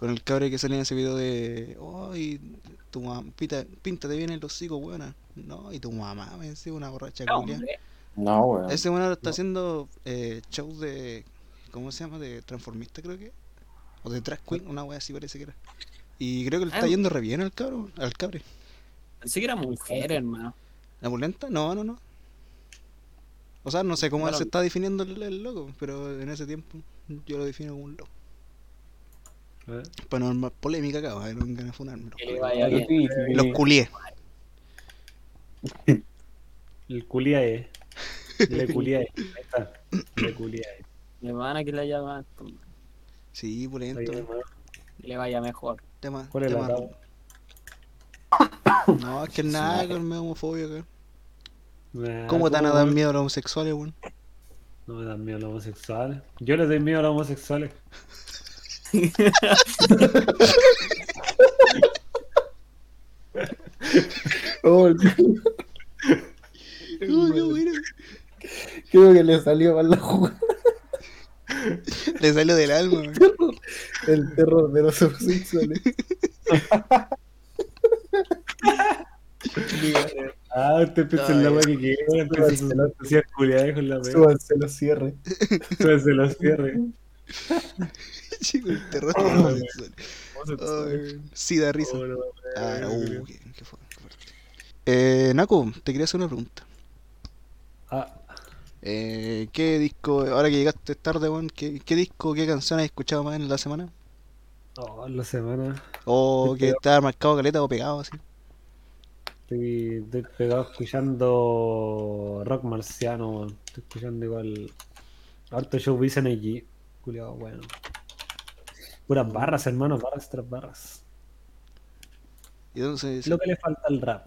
S2: Con el cabre que salía en ese video de. ¡Ay! tu mamita, píntate bien el hocico, weona. No, y tu mamá, me decía una borracha
S6: No,
S2: culia.
S6: hombre.
S4: No, weón.
S2: Ese bueno ahora está haciendo eh, shows de. ¿Cómo se llama? De transformista, creo que. O de drag queen, una wea así parece que era. Y creo que le está
S6: Ah.
S2: yendo re bien al cabrón, al cabre.
S6: Pensé que era mujer, hermano.
S2: ¿La mulenta? No, no, no. O sea, no sé cómo
S6: Bueno.
S2: se está definiendo el, el loco, pero en ese tiempo yo lo defino como un loco.
S1: ¿Eh?
S2: Panormal polémica acá, a ver, no vengan a funarme. los
S6: Que le
S2: culiados.
S6: vaya bien.
S4: Sí, sí.
S2: eh, Los culié.
S1: El E. culiae. Le culiae. E. Ahí está. E. Le culiae.
S6: Le van a que le haya más, pues,
S2: Sí,
S1: Ahí,
S2: pulento.
S1: hermano.
S6: que le vaya mejor.
S2: Tema,
S1: ¿Cuál es la
S2: tema-
S1: tabla?
S2: No, es que nada, que me homofobia acá.
S1: Nah,
S2: ¿Cómo te van a
S1: ¿cómo?
S2: dar miedo a los homosexuales, weón?
S1: No me dan miedo a los homosexuales. Yo les doy miedo a los homosexuales.
S5: Oh,
S2: Uy, qué bueno.
S5: creo que le salió mal la jugada.
S2: Le salió del alma, weón.
S5: El terror de los homosexuales.
S1: Ah, usted piensa en la weá que quiere. Empieza sus fantasías culiae con la weá.
S5: Súbanse los cierres.
S1: Entonces se los cierre.
S2: Chico, el terror
S1: Oh,
S2: de los homosexuales. Ay,
S1: Homosexuales.
S2: weón. Sí, da risa.
S1: Oh, no,
S2: Ah,
S1: weá,
S2: uh, qué, qué fu- qué fuerte. Eh, Naku, te quería hacer una pregunta.
S1: Ah,
S2: Eh, ¿Qué disco, ahora que llegaste tarde, weón, ¿qué, qué disco, qué canción has escuchado más en la semana?
S1: oh, la semana.
S2: ¿O que te ha marcado caleta o pegado así?
S1: Estoy, estoy pegado escuchando rock marciano, weón. Estoy escuchando igual. Harto show Bison allí. Culiado, bueno. Puras barras, hermano, barras tras barras.
S2: ¿Y de dónde se,
S1: Lo que le falta al rap.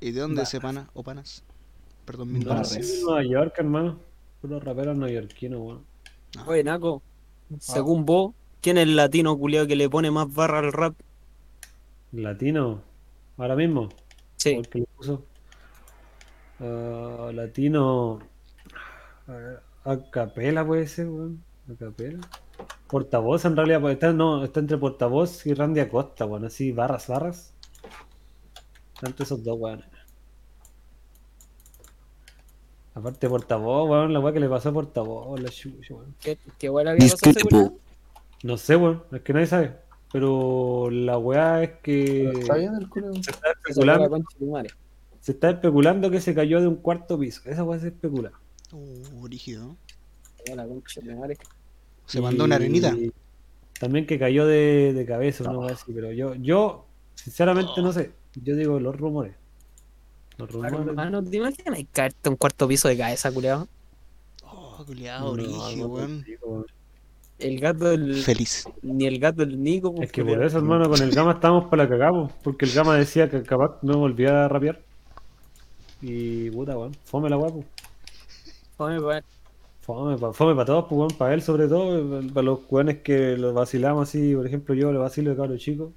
S2: y de dónde
S1: barras.
S2: se pana o panas? Perdón, mi
S1: Brasil,
S2: ignorancia.
S1: Nueva York, hermano. Puro rapero neoyorquino, weón.
S6: Oye, Naco, Ah. según vos, ¿quién es el latino culiao que le pone más barra al rap?
S1: Latino. Ahora mismo.
S6: Sí.
S1: Porque lo puso. Ah, latino. A ver, A capela puede ser, weón. A capela. Portavoz en realidad, pues, está, no, está entre portavoz y Randy Acosta, weón. Así, barras, barras. Está entre esos dos, weón. Aparte, portavoz, weón, la weá que le pasó a portavoz, la chucha, weón.
S6: ¿Qué, qué huele había pasado ese
S3: Discrepo.
S1: No sé, weón, es que nadie sabe. Pero la weá es que
S5: ¿Está bien el culo?
S1: se está
S6: culiao? Se la
S1: especulando,
S6: concha de Pues, tu madre.
S1: se está especulando que se cayó de un cuarto piso. Esa weá se especula.
S2: Uh, rígido.
S6: Se la concha de tu madre.
S2: Se mandó una
S1: Y
S2: arenita.
S1: También que cayó de, de cabeza, una weá así, pero yo, yo, sinceramente no sé. Yo digo los rumores. Los rumores.
S6: Hermano, ¿te imaginas caerte un cuarto piso de cabeza, culiao?
S2: Oh, culiado,
S1: No, pues,
S2: rígido,
S1: algo
S2: weón.
S1: así, weón.
S6: El gato del...
S2: Feliz.
S6: Ni el gato del Nico. pues,
S1: Es que por
S6: culiao.
S1: eso, hermano, con el Gama estábamos para la cagamos. Porque el Gama decía que capaz no volvía a rapear. Y puta, weón. Fome la weá, pues.
S6: Fome, weón.
S1: Fome para todos, pues, para él sobre todo, para los cuanes que los vacilamos así, por ejemplo yo lo vacilo de cabro chico.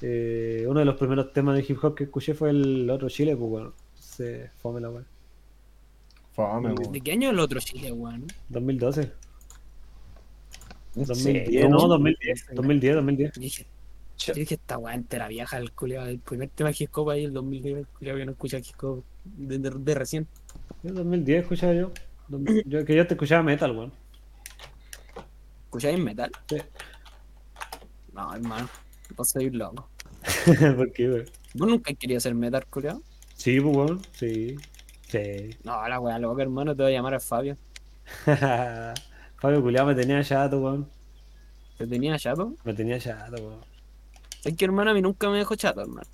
S1: Eh, uno de los primeros temas de hip hop que escuché fue el otro Chile, pues bueno, se fome la weá.
S5: Fame,
S6: ¿De qué año es el otro chile, weón?
S1: 2012,
S4: No sé,
S1: 2010, no, 2010, 2010, 2010.
S6: Yo dije, yo dije, esta weá entera vieja, el culiao. El primer tema de Hip Hop ahí, el 2010, el culiao que no escucha Hip Hop de, de- de recién.
S1: Yo 2010 escuchaba yo. Dos- yo que yo te escuchaba metal, weón.
S6: ¿Escucháis metal?
S1: Sí.
S6: No, hermano, vos sois un loco.
S1: Porque, weón.
S6: ¿Vos nunca has querido ser metal, culiao?
S1: Sí, pues weón, sí. Sí.
S6: No, la weá loca, hermano, te voy a llamar a Fabio.
S1: Fabio Culeado me tenía chato, weón.
S6: ¿Te tenía chato?
S1: Me tenía chato, weón.
S6: Es que, hermano, a mí nunca me dejó chato, hermano.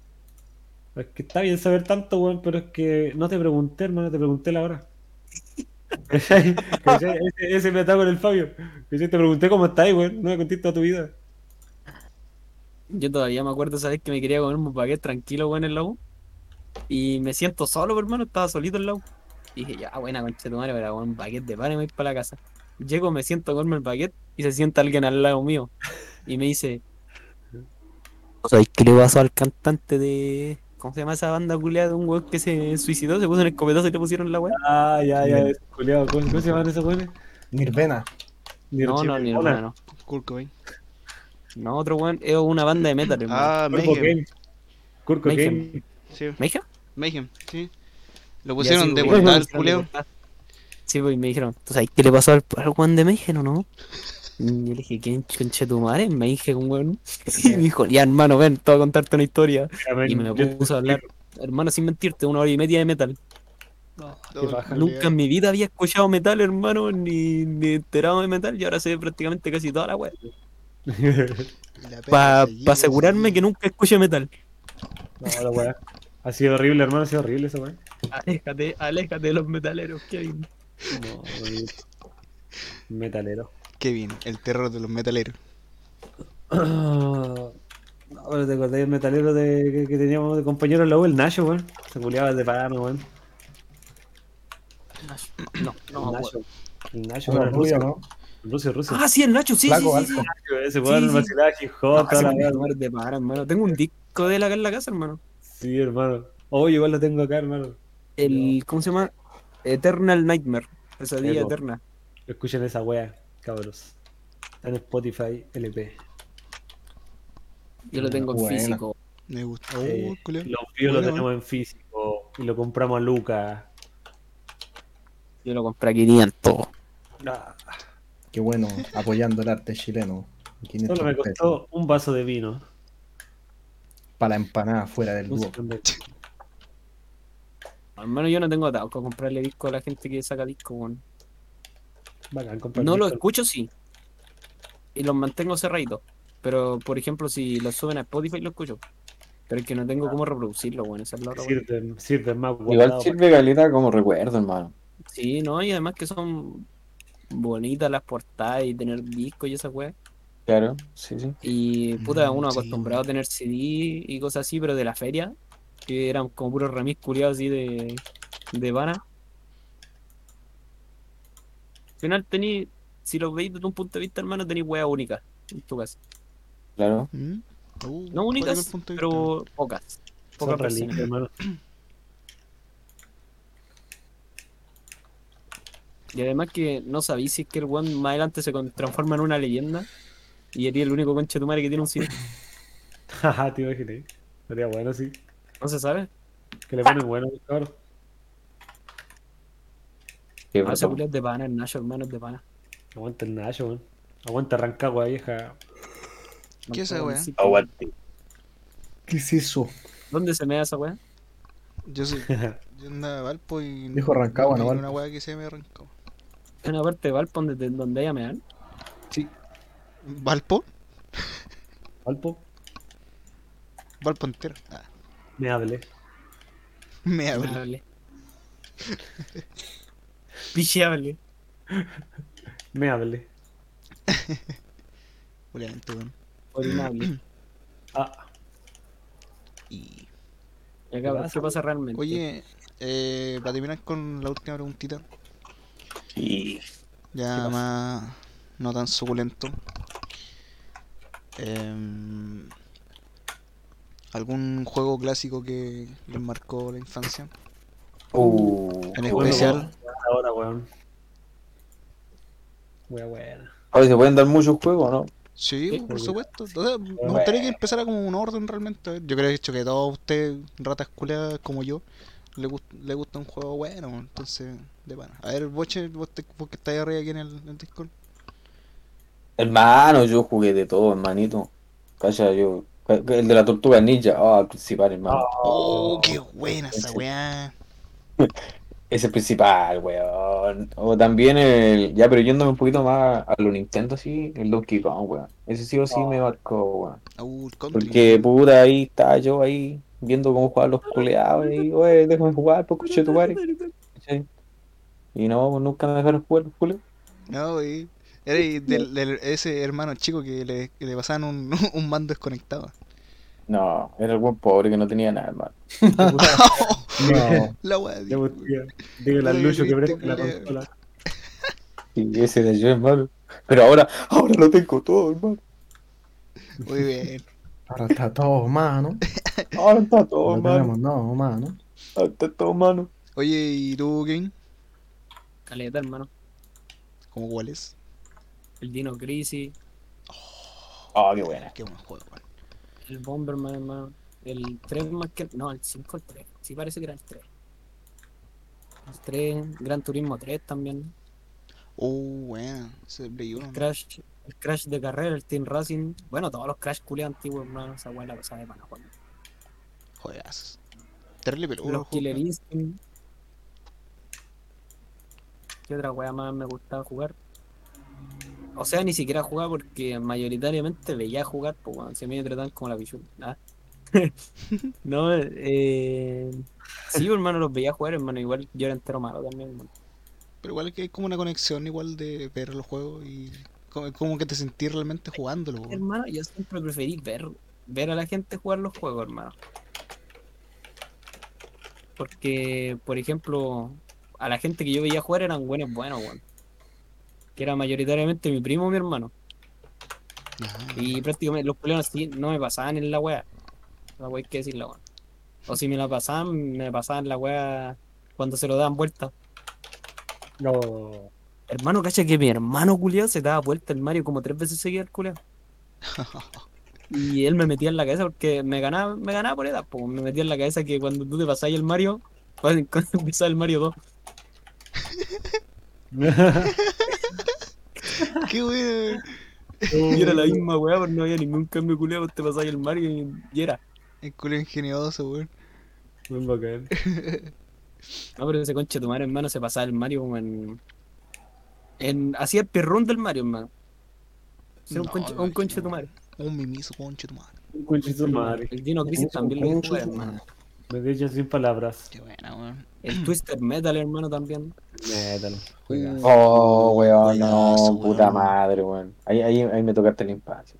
S1: Es que está bien saber tanto, weón, pero es que no te pregunté, hermano, te pregunté la hora. ¿Cachai? ¿Cachai? Ese, ese me atacó en el Fabio. ¿Cachai? Te pregunté cómo estáis, weón. No me conté toda tu vida.
S6: Yo todavía me acuerdo, ¿sabes? Que me quería comer un paquete tranquilo, weón, en la U. Y me siento solo, pues, hermano, estaba solito en la U. Y dije, ya, buena concha de tu madre, pero un paquete de pan y me voy para la casa. Llego, me siento a comerme el paquete y se sienta alguien al lado mío. Y me dice, ¿sabes qué le pasó al cantante de. ¿Cómo se llama esa banda culiada de un weón que se suicidó? Se puso en el escopetazo y le pusieron la weá.
S1: Ah, ya, ya, ese culiao. ¿Cómo, cómo se llaman esos weones?
S5: Nirvana.
S6: No, no, ni
S1: Nirvana.
S6: Nirvana, no.
S2: Kurt Cobain.
S6: No, otro weón es una banda de metal, hermano.
S2: Ah,
S1: Kurt
S2: Mayhem.
S1: Cobain. Kurt Cobain.
S2: Sí,
S6: ¿Me dijeron?
S2: Mayhem, sí. Lo
S6: Ya, sí,
S2: pusieron de
S6: pues,
S2: vuelta
S6: me
S2: al
S6: dijeron de
S2: culeo.
S6: portal. Sí, pues y me dijeron, ¿tú sabes qué le pasó al, al weón de Mayhem o no? Y yo le dije, ¿quién conche tu madre? Me dije, weón. Y me dijo, ya hermano, ven, te voy a contarte una historia.
S1: Ya, ven,
S6: Y me
S1: yo-
S6: puso a hablar, hermano, sin mentirte, una hora y media de metal.
S2: Todo el
S1: baja.
S6: Nunca en mi vida había escuchado metal, hermano, ni, ni enterado de metal, y ahora sé prácticamente casi toda la web.
S2: culeo. La pena se
S6: Para pa
S2: lleva,
S6: asegurarme
S2: sí.
S6: que nunca escuche metal.
S1: No, la weá. Ha sido horrible, hermano, ha sido horrible esa weá.
S6: Aléjate, aléjate de los metaleros, Kevin.
S1: No, weón. Metalero.
S2: Kevin, el terror de los metaleros.
S1: No, Ah, pero te acordás del metalero de, que, que teníamos de compañero en la U, el Nacho, weón. Se culiaba de pagano, weón.
S6: No, no,
S1: el
S6: weón.
S1: Nacho. El Nacho,
S5: Bueno,
S1: weón, el ruso,
S5: rubio, ¿no?
S1: el ruso, el ruso.
S6: Ah, sí, el Nacho, sí,
S5: Flaco,
S6: sí, sí, sí.
S5: alto.
S1: Ese weón,
S6: sí.
S1: vacilaba hip hop,
S6: No,
S1: toda
S6: se
S1: la
S6: me
S1: weá.
S6: hizo muerte de pagar, hermano. Tengo un disco de él acá en la casa, hermano.
S1: Sí, hermano. Oye, igual lo tengo acá, hermano.
S6: El, ¿cómo se llama? Eternal Nightmare. Pesadilla
S1: Eso.
S6: eterna.
S1: Escuchen esa wea, cabros. Está en Spotify LP.
S6: Yo lo tengo en
S5: Buena.
S6: físico.
S2: Me gusta.
S1: Eh,
S2: Oh, culeo.
S1: Los vio lo
S2: Buena,
S1: tenemos en físico y lo compramos a Luca.
S6: Yo lo compré a 500.
S1: Ah,
S5: Qué bueno, apoyando el arte chileno. 500
S1: solo me
S5: pesos.
S1: costó un vaso de vino.
S5: Para la empanada fuera del
S1: No sé
S5: dúo.
S1: dónde-
S6: Hermano, yo no tengo atado con comprarle disco a la gente que saca disco, weón.
S1: Bacán, compadre.
S6: No lo escucho, sí. Y los mantengo cerraditos. Pero, por ejemplo, si los suben a Spotify, lo escucho. Pero es que no tengo cómo reproducirlo, weón. Esa es la otra, weón.
S1: Sirven, sirven más
S4: Igual
S1: guardado
S4: sirve caleta como recuerdo, hermano.
S6: Sí, no, y además que son bonitas las portadas y tener disco y esa weá.
S4: Claro, sí, sí.
S6: Y puta,
S2: Mm,
S6: uno
S2: sí,
S6: acostumbrado a tener CD y cosas así, pero de la feria, que eran como puros remis culiados así de, de vana. Al final tení, si los veis desde un punto de vista, hermano, tenéis weas únicas en tu casa.
S4: Claro.
S2: ¿Mm? Oh,
S6: No
S2: ¿cuál era el
S6: únicas,
S2: punto de vista?
S6: pero pocas.
S1: Son
S6: Pocas personas.
S1: reliquias, hermano.
S6: Y además que no sabéis si es que el weón más adelante se con- transforma en una leyenda y eres el único concha de tu madre que tiene un CD.
S1: Jaja, te imaginé. Sería bueno, sí.
S6: No se sabe.
S1: Que le ponen bueno, cabrón.
S3: Ah,
S4: Qué
S6: No, ese
S4: brutal.
S6: culiao es de pana, el Nacho, hermano, es de pana.
S1: Aguanta el Nacho, weón. Aguanta Rancagua, vieja.
S6: No
S2: ¿Qué es esa
S6: puedo
S2: wea?
S6: decir que-
S4: Aguante.
S5: ¿Qué es eso?
S6: ¿Dónde se me da esa weá?
S2: Yo soy. Yo andaba a Valpo y.
S5: Dijo Rancagua,
S2: no
S5: no
S2: vi
S5: Valpo.
S2: Una weá que se me Rancagua.
S6: En una parte de Valpo donde, te- donde ella me dan.
S2: ¿Valpo?
S1: Alpo,
S2: Valpo entero. Ah,
S1: me hablé.
S2: me
S6: Me
S2: abre.
S6: hable. Picheable.
S1: Me hablé.
S2: Obviamente, weón.
S6: Orinable.
S1: Ah,
S2: Y.
S6: Y acá, ¿qué
S1: pasa,
S6: pasa, realmente?
S2: Oye, eh, para terminar con la última preguntita.
S4: Sí.
S2: Ya más. No tan suculento. Em, ¿Algún juego clásico que les marcó la infancia?
S4: Uh,
S2: En
S4: qué bueno.
S2: especial.
S1: ahora, weón. Wea buena.
S4: Hoy se pueden dar muchos juegos, ¿no?
S2: Sí,
S6: Sí,
S2: por
S1: sí.
S2: supuesto. O sea, me gustaría que empezara como un orden realmente. Yo creo que que todos ustedes, ratas culeadas como yo, le, gust- le gusta un juego bueno. Entonces, de pana. A ver, Boche, vos, te- vos que estáis arriba aquí en el, en el Discord.
S4: Hermano, yo jugué de todo, hermanito. Calla, yo. El de la tortuga ninja. Ah, el principal, hermano.
S2: Oh, qué buena esa
S4: ese.
S2: weá.
S4: Ese principal, weón. O también el. Ya, pero yéndome un poquito más a lo Nintendo, sí. El Donkey Kong, weón. Ese sí o sí me marcó, weón.
S2: Uh, el country.
S4: Porque, puta, ahí estaba yo ahí viendo cómo jugaban los culeados. Y, oye, déjame jugar, pues, coche tu madre. ¿Cachai? Y no, pues, nunca me dejaron jugar los culeados.
S2: No, y era y del, del- ese hermano chico que le, que le pasaban un, un mando desconectado.
S4: No, era el buen pobre que no tenía nada, hermano.
S5: No.
S2: La weá.
S1: Ya, pues, tío. Dígale al Lucho que preste la
S2: Culeado.
S1: consola.
S4: Y ese era yo, hermano. Pero ahora, ahora lo tengo todo, hermano.
S2: Muy bien.
S5: Ahora está todo mano.
S4: Ahora está todo,
S5: No
S4: hermano.
S5: tenemos no, mano.
S4: Ahora está todo, hermano.
S2: Oye, ¿y tú, Kevin?
S6: Caleta, hermano.
S2: ¿Cómo cuál es?
S6: el Dino Crisis,
S4: Oh, qué buena.
S2: Qué buen juego, weón.
S6: el Bomberman, hermano. El 3 más que. No, el 5 el 3. Sí, parece que era el 3. El 3, Gran Turismo 3 también.
S2: Uh, weón. Ese de Play 1.
S6: Crash, el Crash de carrera, el Team Racing. Bueno, todos los Crash culiados antiguos, hermano. Esa weá la pasada de mano, weón.
S2: Jodazos. Terrible peludo.
S6: Los Killer Instinct. ¿Qué otra weá más me gustaba jugar? O sea, ni siquiera jugaba porque mayoritariamente veía jugar, pues weón, si a mí me trataban como la pichula. Ah. no, eh. Sí, hermano, los veía jugar, hermano. Igual yo era entero malo también, hermano.
S2: Pero igual que hay como una conexión igual de ver los juegos y como, como que te sentís realmente jugándolo. weón.
S6: Hermano, yo siempre preferí ver, ver a la gente jugar los juegos, hermano. Porque, por ejemplo, a la gente que yo veía jugar eran buenos, buenos, weón. Que era mayoritariamente mi primo o mi hermano.
S2: Ah,
S6: Y prácticamente los problemas sí no me pasaban en la wea. La wea hay que decirla, weón. O si me la pasaban, me pasaban la wea cuando se lo daban vuelta.
S1: No.
S6: Hermano, cacha que mi hermano culiao se daba vuelta el Mario como tres veces seguía el culiao. Y él me metía en la cabeza porque me ganaba, me ganaba por edad, po. me metía en la cabeza que cuando tú te pasabas el Mario, cuando cuando empezaba el Mario 2.
S2: Qué bueno.
S6: Y
S2: Oh.
S6: era la misma weá, porque no había ningún cambio culiao, pues te pasabas el Mario y, y era.
S2: El culo ingenioso, weón.
S1: Muy bacán.
S6: No, pero ese concha de tu madre, hermano, se pasaba el Mario como en. en hacía el perrón del Mario, hermano. Era un,
S2: No,
S6: concha,
S2: me
S6: un concha de tu madre.
S2: imagino, Un mimizo, conche tu madre.
S1: Un cuchillo madre.
S6: El Dino Crisis también lo jugué, hermano.
S1: Me he dicho sin palabras.
S2: Qué buena, weón.
S6: El Twister Metal, hermano, también.
S1: Metal.
S2: Uh,
S4: Oh, weón,
S2: Juegazo,
S4: no,
S2: weón.
S4: puta madre, weón. Ahí, ahí, ahí me tocaste el impasse.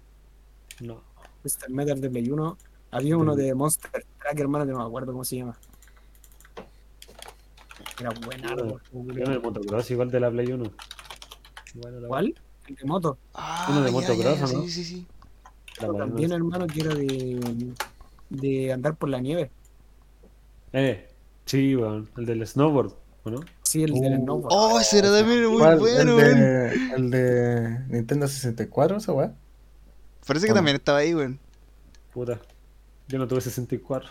S1: No.
S6: Twister Metal de Play 1. Había uno de Monster Track, hermano, que no me acuerdo cómo se llama. Era buen árbol.
S1: Era el motocross igual de la Play 1. Bueno, la-
S6: ¿Cuál? El de moto.
S2: Ah,
S1: Uno de
S2: ya,
S1: motocross,
S2: ya, ya,
S1: ¿no?
S2: Sí, sí, sí.
S1: la Play
S6: También,
S1: 1.
S6: hermano, que era de, de andar por la nieve.
S1: Eh, sí, weón. El del snowboard, ¿o no?
S6: Sí, el del
S5: Uh,
S6: snowboard.
S2: Oh, ese era también muy
S5: ¿Cuál?
S2: bueno, eh.
S5: el,
S2: weón.
S5: de, el de Nintendo 64, esa weá.
S2: Parece que también estaba ahí, weón.
S1: Puta. Yo no tuve 64.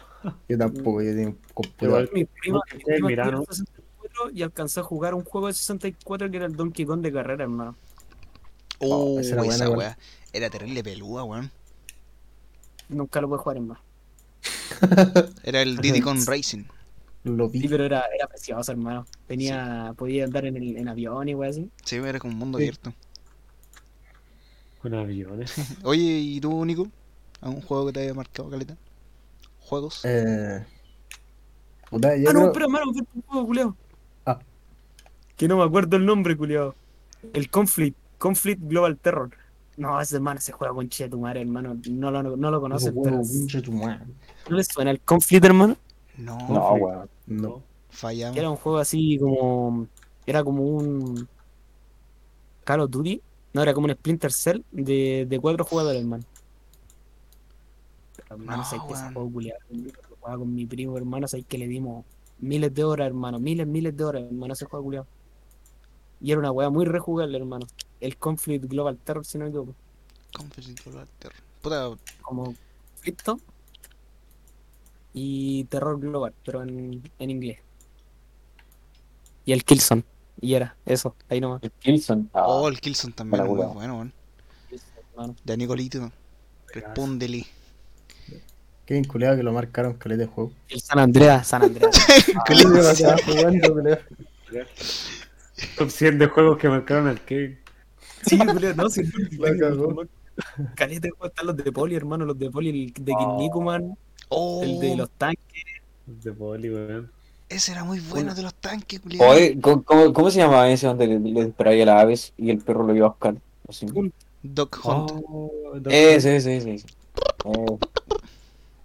S5: Yo tampoco, yo tenía un computador.
S1: Igual.
S6: Mi prima, mi
S1: Ustedes
S6: prima
S1: miraron.
S6: tuvo 64 y alcanzó a jugar un juego de 64 que era el Donkey Kong de carrera, hermano.
S2: Oh,
S5: Oh, esa era
S2: esa
S5: buena,
S2: weá. Era terrible pelúa, weón.
S6: Nunca lo pude jugar, hermano.
S2: Era el Diddy Kong Racing.
S5: Lo vi.
S6: Sí, pero era, era precioso, hermano. Tenía, podía andar en, el, en avión y wey así.
S2: Sí, era como un mundo
S5: Sí.
S2: abierto.
S1: Con aviones.
S2: Oye, ¿y tú, Nico? ¿Algún juego que te haya marcado, Caleta? ¿Juegos?
S5: Eh, puta, yo
S6: Ah, no,
S5: creo-
S6: pero hermano, fue un juego, culiao.
S5: Ah.
S6: Que no me acuerdo el nombre, culiao. El Conflict, Conflict Global Terror. No, ese hermano se juega con che tu madre, hermano. No lo, no lo conoces,
S5: Ese
S6: pero
S5: huevo, pinche tu madre.
S6: ¿no le suena el Conflict, hermano?
S2: No,
S4: No, weón.
S5: No.
S2: fallamos.
S6: Era un juego así como. Era como un. Call of Duty. No, era como un Splinter Cell de, de cuatro jugadores, hermano. Pero, hermano,
S2: No,
S6: sabes que ese
S2: weón.
S6: juego culiado. Lo jugaba con mi primo, hermano, sabes que le dimos miles de horas, hermano. Miles, miles de horas, hermano, ese juego culiado. Y era una weá muy rejugable, hermano. El Conflict Global Terror, si no me equivoco.
S2: Conflict Global Terror. Puta,
S6: Como Crypto y Terror Global, pero en, en inglés. Y el Killzone. Y era, eso, ahí nomás.
S4: El Kilson. Ah,
S2: oh, el Killzone también
S4: para
S2: es muy
S4: culiao.
S2: bueno, weón.
S6: hermano.
S2: Ya, Nicolito, respóndele.
S5: Qué vinculado que lo marcaron caleta de juego. Ah,
S6: El San Andreas, San Andreas.
S5: Yo lo estaba jugando, culeo.
S1: Top 100 de juegos que marcaron al Kevin.
S6: sí, Julio, no, sí,
S5: La cagó.
S6: Caleta de juego están los de poli, hermano, los de poli, el de Kinnikuman,
S2: Oh,
S6: el de los tanques,
S1: De poli, weón.
S2: ese era muy bueno de los tanques, culiao.
S4: Oye, ¿cómo, cómo, cómo se llamaba ese donde le, le disparaba a las aves y el perro lo iba a buscar? Así.
S2: Doc Hunt.
S1: Oh, Doctor-
S4: Ese, ese, ese. ese. Eh.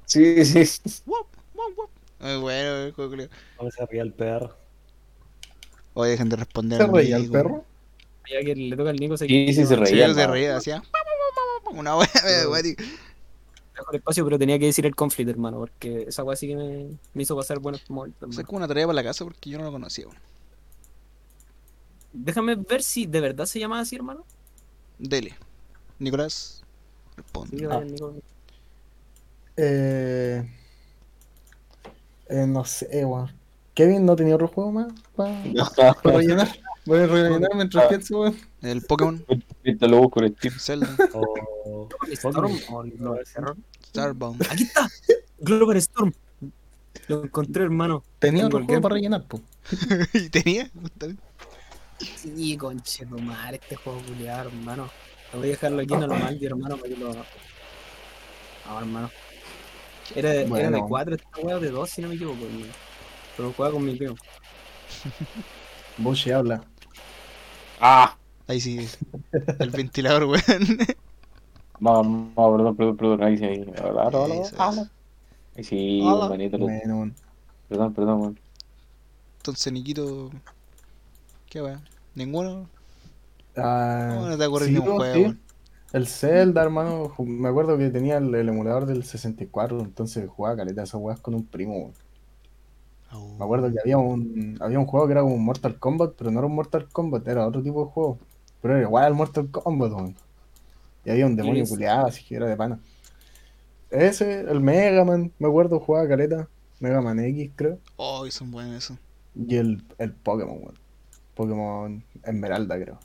S4: Sí, sí, sí.
S2: Muy bueno, el juego, culiao.
S1: Vamos a reír al perro.
S2: Oye, dejen de responder.
S5: ¿Se reía el
S2: amigo.
S5: perro?
S6: ya que le toca al Nico, se
S4: Sí, sí, se
S2: Sí,
S4: reía.
S2: se
S4: no.
S2: reía, hacía. Una wea, wea, wea, tío.
S6: dejó el espacio, pero tenía que decir el conflicto, hermano, porque esa weá sí que me, me hizo pasar buenos momentos.
S2: Esa es
S6: hermano.
S2: como una tarea para la casa porque yo no lo conocía, weón.
S4: Ah.
S6: Déjame ver si de verdad se llamaba así, hermano.
S2: Dele. Nicolás,
S5: Sí,
S2: responde.
S5: que vayan, Nico. Eh, eh, no sé, weón. Kevin no tenía otro juego más para rellenar. Voy a rellenar
S2: Ah.
S5: mientras pienso, weón.
S2: El Pokémon,
S4: Ahorita lo busco en el Steam.
S2: Zelda,
S1: O-
S6: Storm Oh, o Global Storm.
S2: Starbound.
S6: Aquí está. Global Storm. Lo encontré, hermano.
S5: Tenía
S6: Tengo
S5: otro
S6: el
S5: juego
S6: Game.
S5: para rellenar, po.
S2: ¿Y tenía? Está bien.
S6: Sí, conche tu madre, este juego culiado, hermano. Lo voy a dejarlo aquí normal, mi hermano, para que lo. No, hermano. Era, era de
S5: Bueno.
S6: 4 esta weá, de 2 si no me equivoco, weón. Pero jugaba con mi primo.
S5: Bushi habla.
S4: Ah,
S2: Ahí sí. El ventilador, weón.
S4: vamos, vamos, perdón, perdón, perdón. Ahí sí, ahí. Hola, hola, hola.
S2: Eso es.
S4: Ahí sí,
S2: Hola.
S4: hermanito. lo-
S5: Bueno, weón.
S4: Perdón, perdón, weón.
S2: Entonces, Niquito. ¿Qué weón? ¿Ninguno?
S5: Ah,
S2: ¿Cómo no te acuerdas
S5: sí,
S2: ni un
S5: weón,
S2: juego?
S5: sí.
S2: weón?
S5: El Zelda, hermano. ju- Me acuerdo que tenía el, el emulador del 64, entonces jugaba caleta de esas weas con un primo, weón.
S2: Au.
S5: Me acuerdo que había un, había un juego que era como un Mortal Kombat, pero no era un Mortal Kombat, era otro tipo de juego. Pero era igual al Mortal Kombat, weón. Y había un demonio
S6: Yes.
S5: culeado, así que era de pana. Ese, el Mega Man, me acuerdo, jugaba caleta. Mega Man X, creo.
S2: Oh, son buenos esos.
S5: Y el, el Pokémon, weón. Pokémon Esmeralda, creo.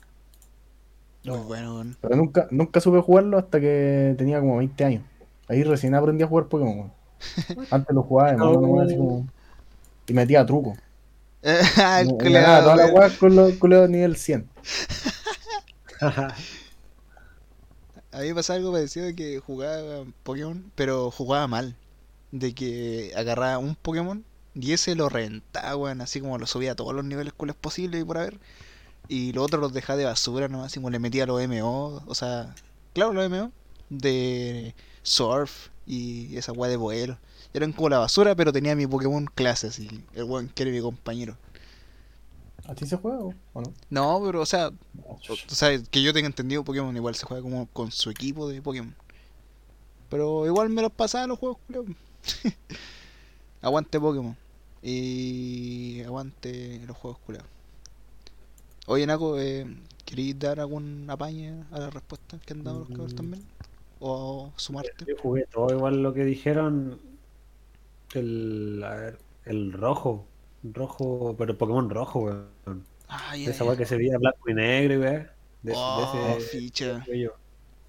S2: Muy bueno, weón.
S5: Pero nunca, nunca supe jugarlo hasta que tenía como 20 años. Ahí recién aprendí a jugar Pokémon, weón. Antes lo jugaba de mono, nomás, así como- Y metía truco.
S2: Ah, el
S5: Me- me
S2: culeado,
S5: ganaba todas las
S2: weón.
S5: weas con los culeados nivel 100.
S2: A mí me pasaba algo parecido de que jugaba Pokémon, pero jugaba mal. De que agarraba un Pokémon y ese lo rentaba, weón, así como lo subía a todos los niveles cuales posibles y por haber. Y lo otro los dejaba de basura nomás, así como le metía los MO, o sea, claro, los MO de Surf y esa weá de vuelo. Eran como la basura, pero tenía mi Pokémon clase, así, el weón que era mi compañero.
S5: ¿Así se juega o o no?
S2: No, pero, o sea, o sea, que yo tenga entendido, Pokémon igual se juega como con su equipo de Pokémon. Pero igual me los pasaba los juegos, culiao. aguante Pokémon. Y aguante los juegos, culiao. Oye, Naco, eh, ¿queréis dar algún apañe a la respuesta que han dado los cabros
S1: Mm.
S2: también? ¿O sumarte?
S1: Yo jugué todo igual lo que dijeron. El, a ver, el rojo. Rojo, pero Pokémon rojo, weón.
S2: Ah, ya,
S1: Esa
S2: ya.
S1: weá que se veía blanco y negro, weón. De, de
S2: Oh,
S1: ese-
S2: ficha.
S1: de ello.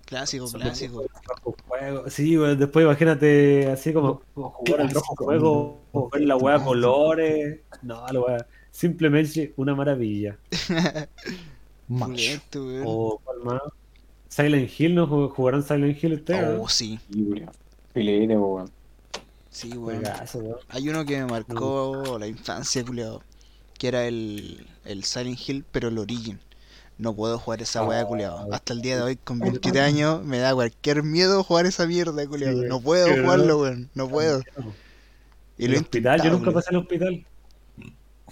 S2: Clásico,
S1: Son
S2: clásico.
S1: Rojo fuego. Sí, weón, después imagínate así como jugar el rojo
S5: clásico.
S1: fuego, o ver la weá a colores. No, la weá. Simplemente una maravilla.
S5: Macho.
S2: Fulento, weón. Oh,
S1: O ¿cuál más? Silent Hill, ¿no? ¿Jug- ¿Jugaron Silent Hill ustedes?
S2: Oh,
S1: no?
S2: sí.
S4: Sí, weón. Filete, weón.
S2: Sí, weón.
S1: Juegazo, weón.
S2: Hay uno que me
S1: Uh.
S2: marcó la infancia, culiado. Que era el, el Silent Hill, pero el Origin. No puedo jugar esa
S1: Oh.
S2: weá, culiado. Hasta el día de hoy, con 27 años, me da cualquier miedo jugar esa mierda, culiado.
S1: Sí,
S2: No puedo
S1: sí,
S2: jugarlo,
S1: ¿verdad?
S2: weón. No puedo. Y lo
S1: el
S2: he
S1: hospital, yo
S2: intentado,
S1: nunca
S2: culiao.
S1: pasé el hospital.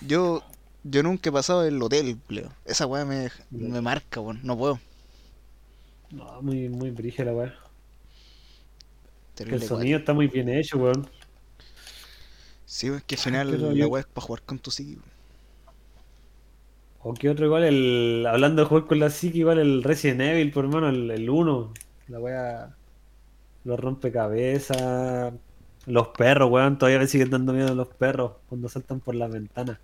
S2: Yo, yo nunca he pasado el hotel, culiado. Esa weá me, me marca, weón. No puedo.
S1: No, muy, muy brige la weá. Que el
S2: Terrible, weón.
S1: sonido está muy bien hecho, weón.
S2: Sí, weón, que al
S1: Qué
S2: final la
S1: rollo.
S2: weá es para jugar con tu psiqui. weón.
S1: O que otro igual, el, hablando de jugar con la psique, igual el Resident Evil, por hermano, el, el 1. La weá. Los rompecabezas. Los perros, weón. Todavía me siguen dando miedo los perros cuando saltan por las ventanas.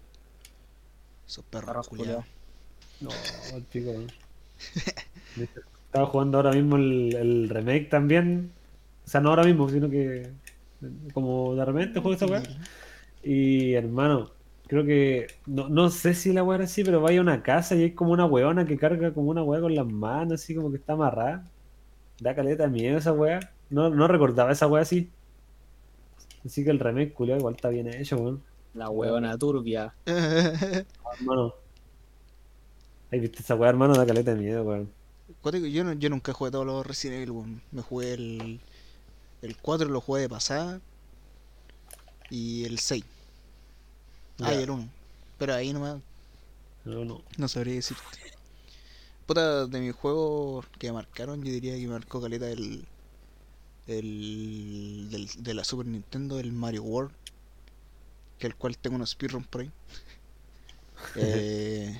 S2: Esos perros,
S6: Perros
S2: culiado.
S1: No, el pico, weón. Estaba jugando ahora mismo el, el remake también. O sea, no ahora mismo, sino que. Como de repente juego esa weá. Y hermano, creo que. No, no sé si la weá era así, pero vaya a una casa y hay como una weona que carga como una weá con las manos, así como que está amarrada. Da caleta de miedo esa weá. No, no recordaba esa weá así. Así que el remake, culiao, igual está bien hecho, weón.
S6: La huevona turbia.
S1: Hermano. Ahí viste esa weá, hermano, da caleta de miedo, weón.
S2: Cuático, yo, no- yo nunca jugué todos los Resident Evil, weón. Me jugué el, el 4, lo jugué de pasada. Y el 6. Ah, y
S1: Ya.
S2: el 1. Pero ahí nomás
S1: No, no.
S2: no sabría decir. Puta, de mis juegos que marcaron, yo diría que marcó caleta el. El. Del, de la Super Nintendo, el Mario World. Que el cual tengo unos speedrun por ahí. Eh,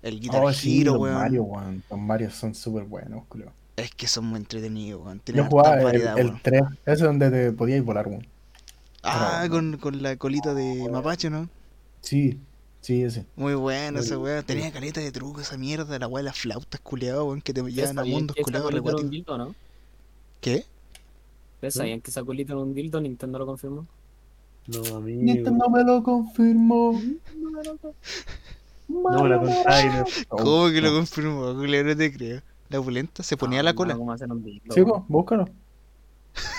S2: El Guitar
S5: Oh, sí,
S2: Hero,
S5: los
S2: weón.
S5: Mario, weón. Los Mario son súper buenos, culo.
S2: Es que son muy entretenidos, weón. Tienen
S5: Yo
S2: harta
S5: jugaba el,
S2: variedad,
S5: el
S2: weón.
S5: 3. Ese es donde te podías volar, weón.
S2: Ah,
S5: pero-
S2: con, con la colita de mapache, ¿no?
S5: Sí, sí, ese.
S2: Muy bueno esa
S5: Oye,
S2: weá. Tenía caleta de truco esa mierda, la weá de las flautas culeadas, weón, que te llevan a
S6: sabían
S2: mundos
S6: que esa
S2: culeados
S6: colita era un
S2: recuáticos.
S6: dildo, no?
S2: ¿Qué?
S6: ¿Ustedes
S2: ¿Mm?
S6: sabían que esa colita era un dildo? Nintendo lo confirmó.
S1: No, amigo.
S5: Nintendo este me lo confirmó.
S1: No me la contáis. no.
S5: Oh,
S2: ¿Cómo que lo confirmó? culiao? No te creo. La opulenta se ponía la
S6: Ah, No,
S2: cola.
S6: ¿Cómo hacer un dildo?
S5: Sí, po,
S6: weón?
S5: búscalo.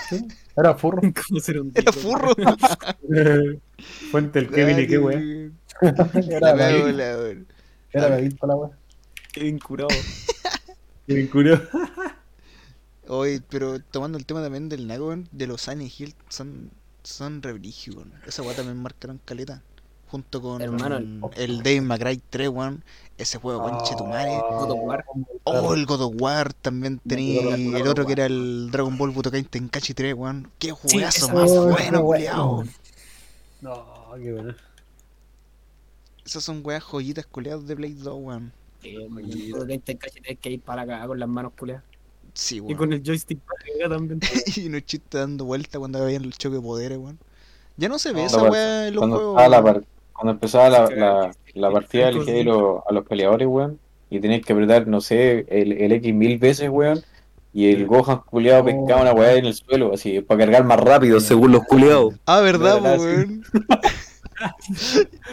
S5: Sí, era furro.
S6: ¿Cómo hacer un dildo?
S2: Era furro. Ah,
S1: Fuente el Kevin y qué weón.
S5: Era
S2: La
S5: la,
S2: bola, weón.
S5: era la vista la weón.
S6: Qué bien curado.
S1: Kevin curó.
S2: Oye, pero tomando el tema también del Nago, weón, de los Silent Hill, son, son re brígidos, weón. Esa weá también marcaron caleta. Junto con
S6: Hermano, el-
S2: el Dave McRae 3, weón. Ese juego,
S1: Ah,
S2: conche tu madre.
S6: God of War.
S2: Oh, el God of War también tenía
S6: God of War,
S2: el
S6: God
S2: otro
S6: of
S2: que era el Dragon Ball Budokai Tenkaichi 3, weón. Qué juegazo
S6: esa
S2: más
S6: weá.
S2: bueno,
S5: Oh,
S2: culiao.
S5: weón.
S1: No, qué bueno.
S2: Esas son weas joyitas culiadas de Play 2, weón.
S6: Sí, weón. Todo que te encache, tienes que ir para acá con las manos culeadas.
S2: Sí,
S6: Y
S2: weón.
S6: con el joystick para acá también.
S2: Y no chiste dando vuelta cuando había el choque de poderes, weón. Ya no se ve
S4: No,
S2: esa
S4: weón,
S2: wea en los
S4: Cuando
S2: juegos.
S4: empezaba la,
S2: weón.
S4: par- cuando empezaba la, la, la
S6: Sí,
S4: partida,
S6: sí, sí.
S4: elegía lo- a los peleadores, weón. Y tenías que apretar, no sé, el, el X mil veces, weón. Y el Gohan culiado pescaba una weá en el suelo, así, para cargar más rápido, según los culiados.
S2: Ah, ¿verdad,
S4: No, no,
S2: po,
S4: sí.
S2: weón?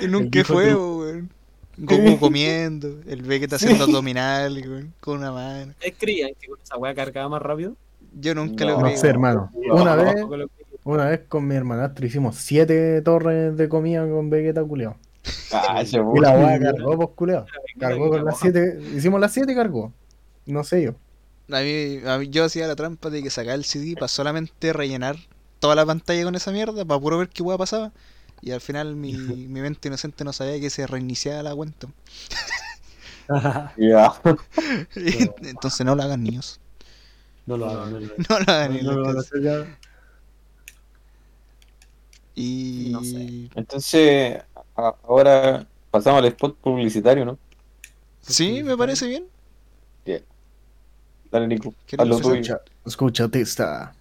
S2: y nunca
S1: hijo
S2: fue,
S1: de-
S2: po, weón. Goku comiendo, el Vegeta haciendo abdominales, weón, con una mano.
S6: ¿Ustedes creían que con esa weá cargaba más rápido?
S2: Yo nunca lo
S4: No.
S2: creí.
S5: No sé, hermano. Una
S4: No.
S5: vez,
S6: Tampoco lo
S5: una vez con mi hermanastro hicimos siete torres de comida con Vegeta, culeo.
S4: Cacha,
S2: Oh,
S5: Y
S4: Ah, weón.
S5: la weá cargó, pues, culeo. Cargó
S6: Mira,
S5: con las
S6: mira,
S5: siete. Hicimos las siete y cargó. No sé yo.
S2: A mí, a mí- yo hacía la trampa de que sacaba el CD para solamente rellenar toda la pantalla con esa mierda, para puro ver qué hueá pasaba. Y al final mi, mi mente inocente no sabía que se reiniciaba la cuenta.
S4: Ya.
S2: Y Entonces no lo hagan niños.
S1: No lo hago, no lo hago.
S2: No lo hagan
S1: No,
S2: en
S1: no
S2: la
S1: lo van a
S2: casa.
S1: hacer ya.
S2: Y
S6: No sé.
S4: Entonces, a- ahora pasamos al spot publicitario, ¿no?
S2: sí, me parece bien.
S4: Dale, Nico.
S2: ¿Qué
S4: Haz lo
S2: tal,
S4: tuyo.
S5: Escucha, escúchate esta.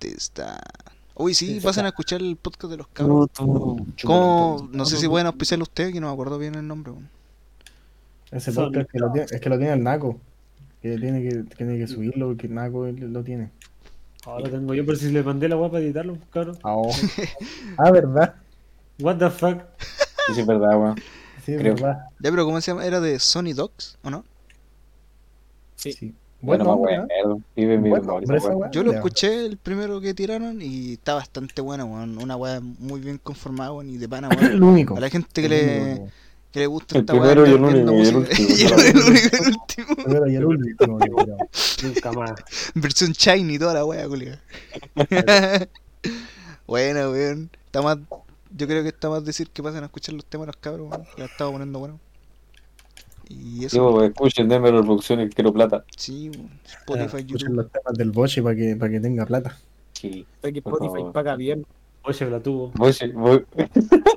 S2: Está. Uy, sí, pasen a escuchar el podcast de los cabros. ¿Cómo?
S3: ¿Cómo?
S2: No sé si pueden auspiciarlo ustedes, que no me acuerdo bien el nombre. weón.
S5: Ese
S1: Son-
S5: podcast que lo tiene, es que lo tiene el Naco. Que tiene que, que tiene que subirlo porque el Naco él lo tiene.
S1: Ahora tengo yo, pero si le mandé la guapa para editarlo, cabrón.
S5: Ah, oh. Ah, verdad.
S1: What the fuck?
S4: Sí, es verdad, weón.
S5: Sí,
S4: Creo.
S5: verdad.
S2: Ya, pero ¿cómo se llama? ¿Era de Sony Dogs o no?
S6: Sí.
S5: Sí.
S4: Bueno,
S5: Bueno,
S4: me
S5: hombre, ¿eh?
S4: acuerdo. Vive en mi
S5: Bueno,
S4: memoria,
S5: hombre, esa
S4: weón.
S5: weá,
S2: Yo lo
S5: ya.
S2: escuché el primero que tiraron y está bastante bueno, weón. Una weá muy bien conformada, weón, y de pana, weón.
S5: El único.
S2: A la gente que
S5: El
S2: le,
S5: único.
S2: que le gusta
S4: El
S2: esta weá.
S4: primero y
S2: andar
S4: el
S2: viendo
S4: único, y el
S2: música-
S4: último,
S2: y el
S4: claro.
S2: el único y el último.
S5: Primero y el último, yo creo.
S1: Nunca más.
S2: Versión shiny toda la weá, culiao. bueno, weón. Está más. Yo creo que está más decir que pasen a escuchar los temas de los cabros, weón. que La estaba poniendo bueno. Y eso,
S4: Digo, escuchen, denme reproducciones, quiero plata.
S2: sí, weón.
S5: Ya,
S2: Spotify,
S5: Escuchen
S2: YouTube.
S5: los temas del Boche para que, para que tenga plata.
S4: Sí.
S6: Aquí
S4: Por
S6: Spotify
S4: favor.
S6: paga bien.
S1: Oye, la tuvo.
S4: Voy, voy,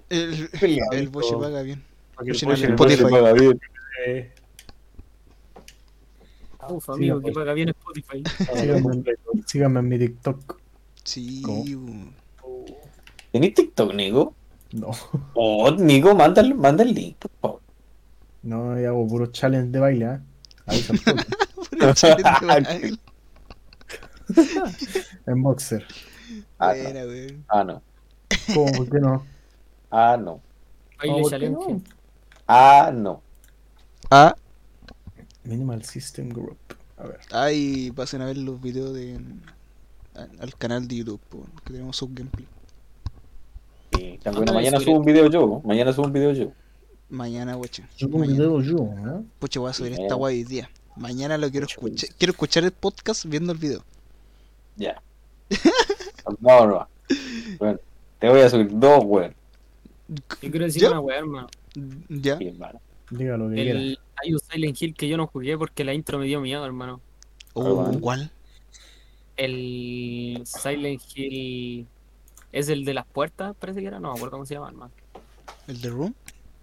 S2: El, el Boche paga bien.
S1: Porque
S2: Oye,
S1: el Oye,
S2: el
S1: el
S2: Spotify.
S1: Oye,
S4: Spotify paga bien.
S1: eh,
S6: Uf, amigo,
S5: sí, pues.
S6: que paga bien Spotify.
S2: Ah,
S5: Síganme, en- síganme en mi TikTok.
S2: Sí,
S5: ¿Cómo?
S2: weón.
S4: ¿Tenés TikTok, Nico?
S5: No,
S4: Oh, Nico, manda, el- manda el link, por favor.
S5: no, yo hago puros challenge de baile, ¿eh? Avisa al toque.
S2: Puro chile de baile.
S5: en boxer.
S4: Ah,
S2: Buena, weón.
S4: Ah, no.
S5: ¿Cómo? ¿Por qué no?
S4: Ah, no.
S6: Baile
S5: ¿por qué
S6: challenge.
S5: no?
S4: Ah, no.
S2: Ah.
S5: Minimal System Group. A ver.
S2: Ah, y pasen a ver los videos de, al, al canal de YouTube, po, que tenemos sub gameplay.
S4: Sí, tan bueno,
S6: Mándale
S4: mañana
S6: sobre-
S4: subo un video yo. Mañana subo un video yo.
S2: Mañana, weche.
S5: Yo como que
S2: Mañana.
S5: debo yo, ¿no?
S2: Pucha, voy a subir
S4: Sí,
S2: esta
S4: eh.
S2: guay hoy día. Mañana lo quiero
S4: Mucho
S2: escuchar.
S4: gusto.
S2: Quiero escuchar el podcast viendo el video.
S4: Ya. No, no. Bueno, te voy a subir dos, weón.
S6: Yo quiero decir
S2: ¿Ya?
S6: una weá, hermano.
S2: ¿Ya?
S4: Sí, hermano.
S5: Diga lo que quiera.
S6: El- Hay un Silent Hill que yo no jugué porque la intro me dio miedo, hermano.
S2: Oh,
S4: bueno.
S2: ¿Cuál?
S6: El Silent Hill es el de las puertas, parece que era. No me acuerdo cómo se llama, hermano.
S2: ¿El de Room?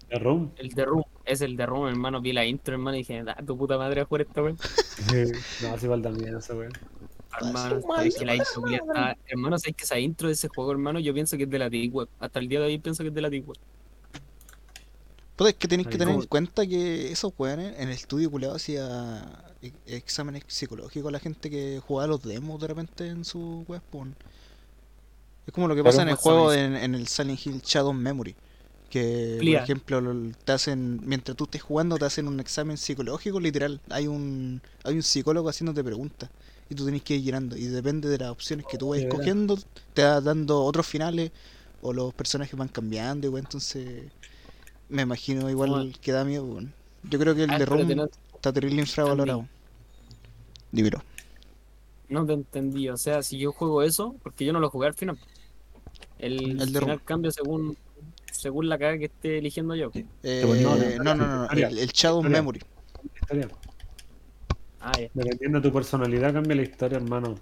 S1: la Room.
S6: El de Room. Es el de Roma, hermano. Vi la intro, hermano, y dije, ah, tu puta madre va a jugar esta weón.
S1: No, hace falta miedo esa weón.
S6: Hermano, es que la intro, culia, está- hermano, ¿sabes que esa intro de ese juego, hermano? Yo pienso que es de la Deep Web. Hasta el día de hoy pienso que es de la Deep Web.
S2: Puta, es que tenéis que
S1: Ay,
S2: tener en
S1: ¿cómo?
S2: cuenta que esos weones en el estudio culeado hacía e- exámenes psicológicos a la gente que jugaba los demos de repente en su web. pues. Es como lo que
S4: Claro,
S2: pasa en el
S6: más o
S2: juego
S6: menos.
S2: en, en el Silent Hill Shadow Memory. Que,
S6: Clear.
S2: por ejemplo, lo- te hacen, mientras tú estés jugando, te hacen un examen psicológico, literal. Hay un, hay un psicólogo haciéndote preguntas y tú tenés que ir llenando. Y depende de las opciones que tú vas
S1: de veras.
S2: escogiendo, te va dando otros finales o los personajes van cambiando, y weón, entonces me imagino igual
S6: Bueno.
S2: que da miedo, weón. Yo creo que el
S6: Ah,
S2: de
S6: espérate,
S2: Rome
S6: no,
S2: está terrible infravalorado. Dímelo.
S6: no te entendí. O sea, si yo juego eso, porque yo no lo jugué al final. El,
S2: El de
S6: final
S2: Roma.
S6: cambia según según la cara que esté eligiendo yo.
S2: Eh,
S1: ponía-
S2: no, no, no, no,
S1: Historia.
S2: el, el Shadow
S1: Historia.
S2: Memory.
S1: Historia.
S6: Ah, ya.
S1: Dependiendo de tu personalidad cambia la historia, hermano.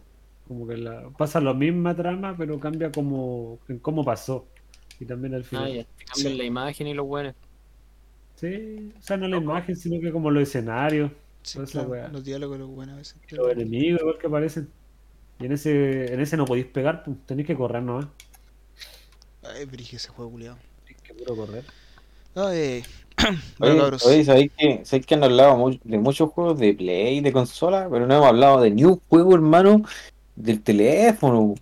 S1: Como que la... pasa la misma trama, pero cambia como en cómo pasó. Y también al final.
S6: Ah, ya. Te cambian
S2: Sí.
S6: la imagen y los weones.
S1: Sí, o sea, no la imagen, sino que como los escenarios,
S2: Sí,
S1: Toda esa
S2: claro,
S1: weá.
S2: los diálogos, los buenos a veces.
S1: los enemigos, igual que aparecen. Y en ese, en ese no podéis pegar, pues, tenéis que correr nomás.
S2: Ay, brige ese juego, culiado.
S1: Tenéis que puro correr.
S2: Ay, bueno,
S4: Oye,
S2: cabros.
S4: oye, ¿sabéis que, sabéis que han hablado mu- de muchos juegos de Play, de consola, pero no hemos hablado de ni un juego, hermano, del teléfono?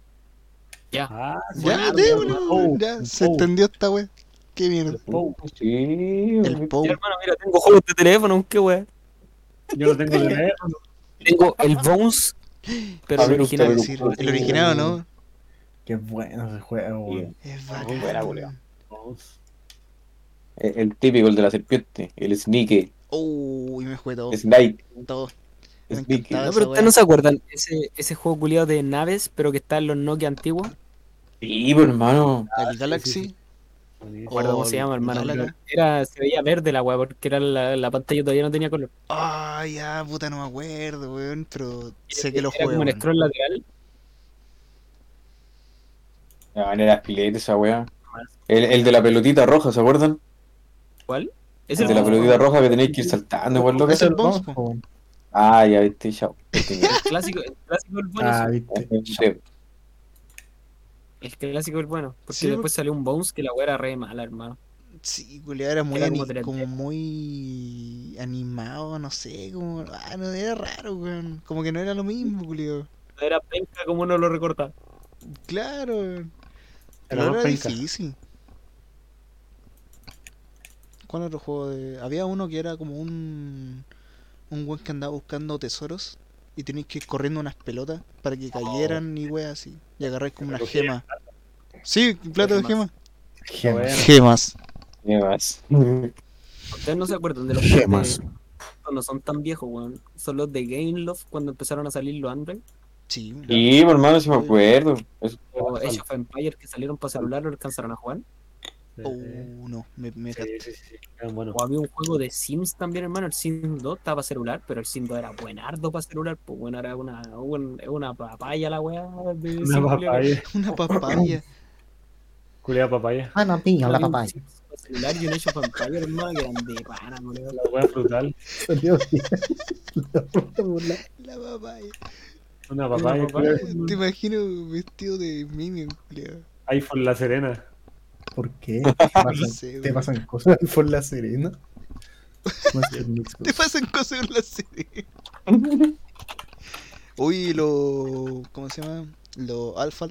S1: Ah, sí,
S2: Ya,
S1: claro,
S2: démosle,
S1: el
S2: weón,
S1: Pou,
S2: ya,
S1: el
S2: se
S1: Pou,
S2: entendió esta wea. Qué bien.
S1: el Pou.
S4: Sí,
S2: El Pou.
S6: Ya, hermano, mira, tengo juegos de teléfono, qué weón.
S1: Yo lo tengo de leer.
S6: Tengo
S2: Ah,
S6: el Bones, pero
S4: A
S6: el
S4: ver,
S2: Iba a
S6: original.
S4: usted,
S2: decir, el originado, ¿no?
S5: Qué bueno ese juego, weón.
S2: Es
S4: Buena,
S2: bacán.
S4: culiao.
S1: No,
S4: el, el típico, el de la serpiente, el Snake,
S2: Uy, me jugué todo.
S4: Snake,
S2: todo. Me
S4: Snake.
S2: encantaba
S6: No,
S2: esa
S6: pero
S2: wea.
S6: ustedes no se acuerdan ese, ese juego culiado de naves, pero que está en los Nokia antiguos.
S4: Sí, pues, hermano.
S2: El Galaxy.
S1: buenísimo.
S6: Recuerdo cómo
S2: Oh,
S6: se llama, hermano.
S2: Galaga.
S6: Era, se veía verde la weá, porque era la, la pantalla todavía no tenía color.
S2: Ah, ya, puta, no me acuerdo, weón, pero sé que lo
S6: Era
S2: juego.
S6: como un
S2: weón.
S6: scroll lateral.
S4: La manera esquilete esa weá. El, el de la pelotita roja, ¿se acuerdan?
S6: ¿Cuál? Es
S4: El de la pelotita roja que tenéis que ir saltando, igual lo que
S2: Ese es el
S5: Vamos,
S2: Bones, po.
S5: weón.
S4: Ah, ya viste, chao.
S6: El clásico, el clásico del bueno.
S5: Ah,
S6: sí.
S5: viste.
S4: Este,
S6: El clásico del bueno. Porque
S2: Sí,
S6: después salió un Bones que la weá era re mala, hermano.
S2: Sí, culiao, era muy
S6: Era
S2: ani-
S6: como 3D.
S2: como muy animado, no sé, como. Ah, no, era raro, weón. Como que no era lo mismo, culiao.
S6: Era penca como uno lo recorta.
S2: Claro, weón.
S1: Era
S2: Pero
S1: más
S2: era
S1: penca.
S2: difícil. ¿Cuál otro juego de.? Había uno que era como un. Un weón que andaba buscando tesoros. Y tenéis que ir corriendo unas pelotas para que cayeran y weas así. Y agarráis como una gema. Sí, plata de gema.
S5: Gema.
S2: Gemas.
S4: ¿Qué más?
S6: Ustedes no se acuerdan de los
S5: Gemas.
S6: juegos de- No son tan viejos, weón. Son los de Game Love cuando empezaron a salir los Android.
S2: Sí.
S4: Sí, pues, hermano, si me acuerdo. Es-
S6: O Age of Empires que salieron para celular, lo alcanzaron a jugar.
S2: Oh,
S1: Sí,
S2: no. Me, me ca-
S1: sí, sí, Ah, sí, eran buenos.
S6: O había un juego de Sims también, hermano. El Sims 2 estaba para celular, pero el Sims 2 era buenardo para celular. Pues bueno, era una, un- una papaya la weá. de
S1: Una
S6: Sims, culiao.
S1: papaya.
S2: Una papaya.
S1: Culeada papaya.
S5: Ah, no, piña,
S6: Había un Sims para celular y un hecho pantalla, hermano, que eran de pana, culiao.
S1: La hueá frutal.
S5: Salió bien. La puta bola.
S2: La papaya.
S1: Una papaya.
S6: papaya.
S1: culiao.
S2: Te imagino vestido de Minion, culiao.
S1: iPhone La Serena.
S5: ¿Por qué?
S2: No sé,
S5: Te
S2: weón.
S5: pasan cosas por la serena. No sé, Mix,
S2: Te pasan cosas en la serie. Uy, lo. ¿Cómo se llama? Lo Alpha.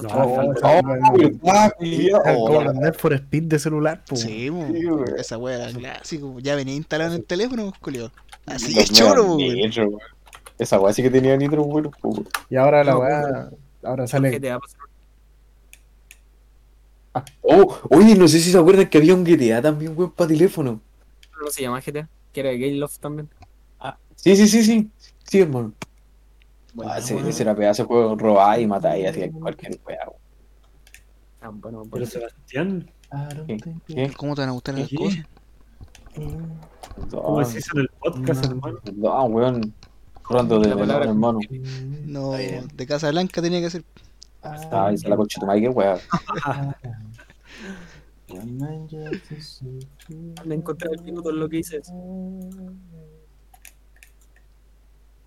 S1: No,
S5: weón.
S1: falta-
S5: Ah, weón.
S4: ¿verdad, Oh, culiao? Oh,
S5: Eran como los Need for Speed de celular, po.
S2: Sí, mo.
S4: Sí, weón.
S2: Esa wea era clásico. Ya venía instalado en el teléfono, pues, culiao. Así
S4: Los
S2: es choro,
S4: megas
S2: weón.
S4: nitro, weón. Esa weá sí que tenía nitro, weón. po,
S5: Y ahora la
S6: No,
S5: weá. Ahora
S6: Que
S5: sale.
S6: te va a pasar
S4: Oh, oye, no sé si se acuerdan que había un GTA también, weón, para teléfono.
S6: no se llama GTA, que era de Game Love también.
S4: Sí, sí, sí, sí. Sí, hermano.
S6: Bueno,
S4: ah, ese,
S6: bueno,
S4: ese era pedazo de juego, robáis y matáis, hacía cualquier weá, weón.
S6: ah, bueno, bueno.
S1: Pero Sebastián,
S4: ¿Qué?
S2: ¿Cómo te van a gustar las
S1: Sí.
S2: cosas?
S1: ¿cómo
S4: Pues,
S2: Ah.
S4: No, pues,
S1: decís en el podcast, hermano?
S4: no, weón. Rondo de
S6: La palabra-
S4: velado, hermano.
S2: No, de Casa
S4: Ah,
S2: Blanca tenía que ser.
S4: Ay, se la coche tu madre, qué weá.
S6: Me encontré el minuto en lo que hice. eso.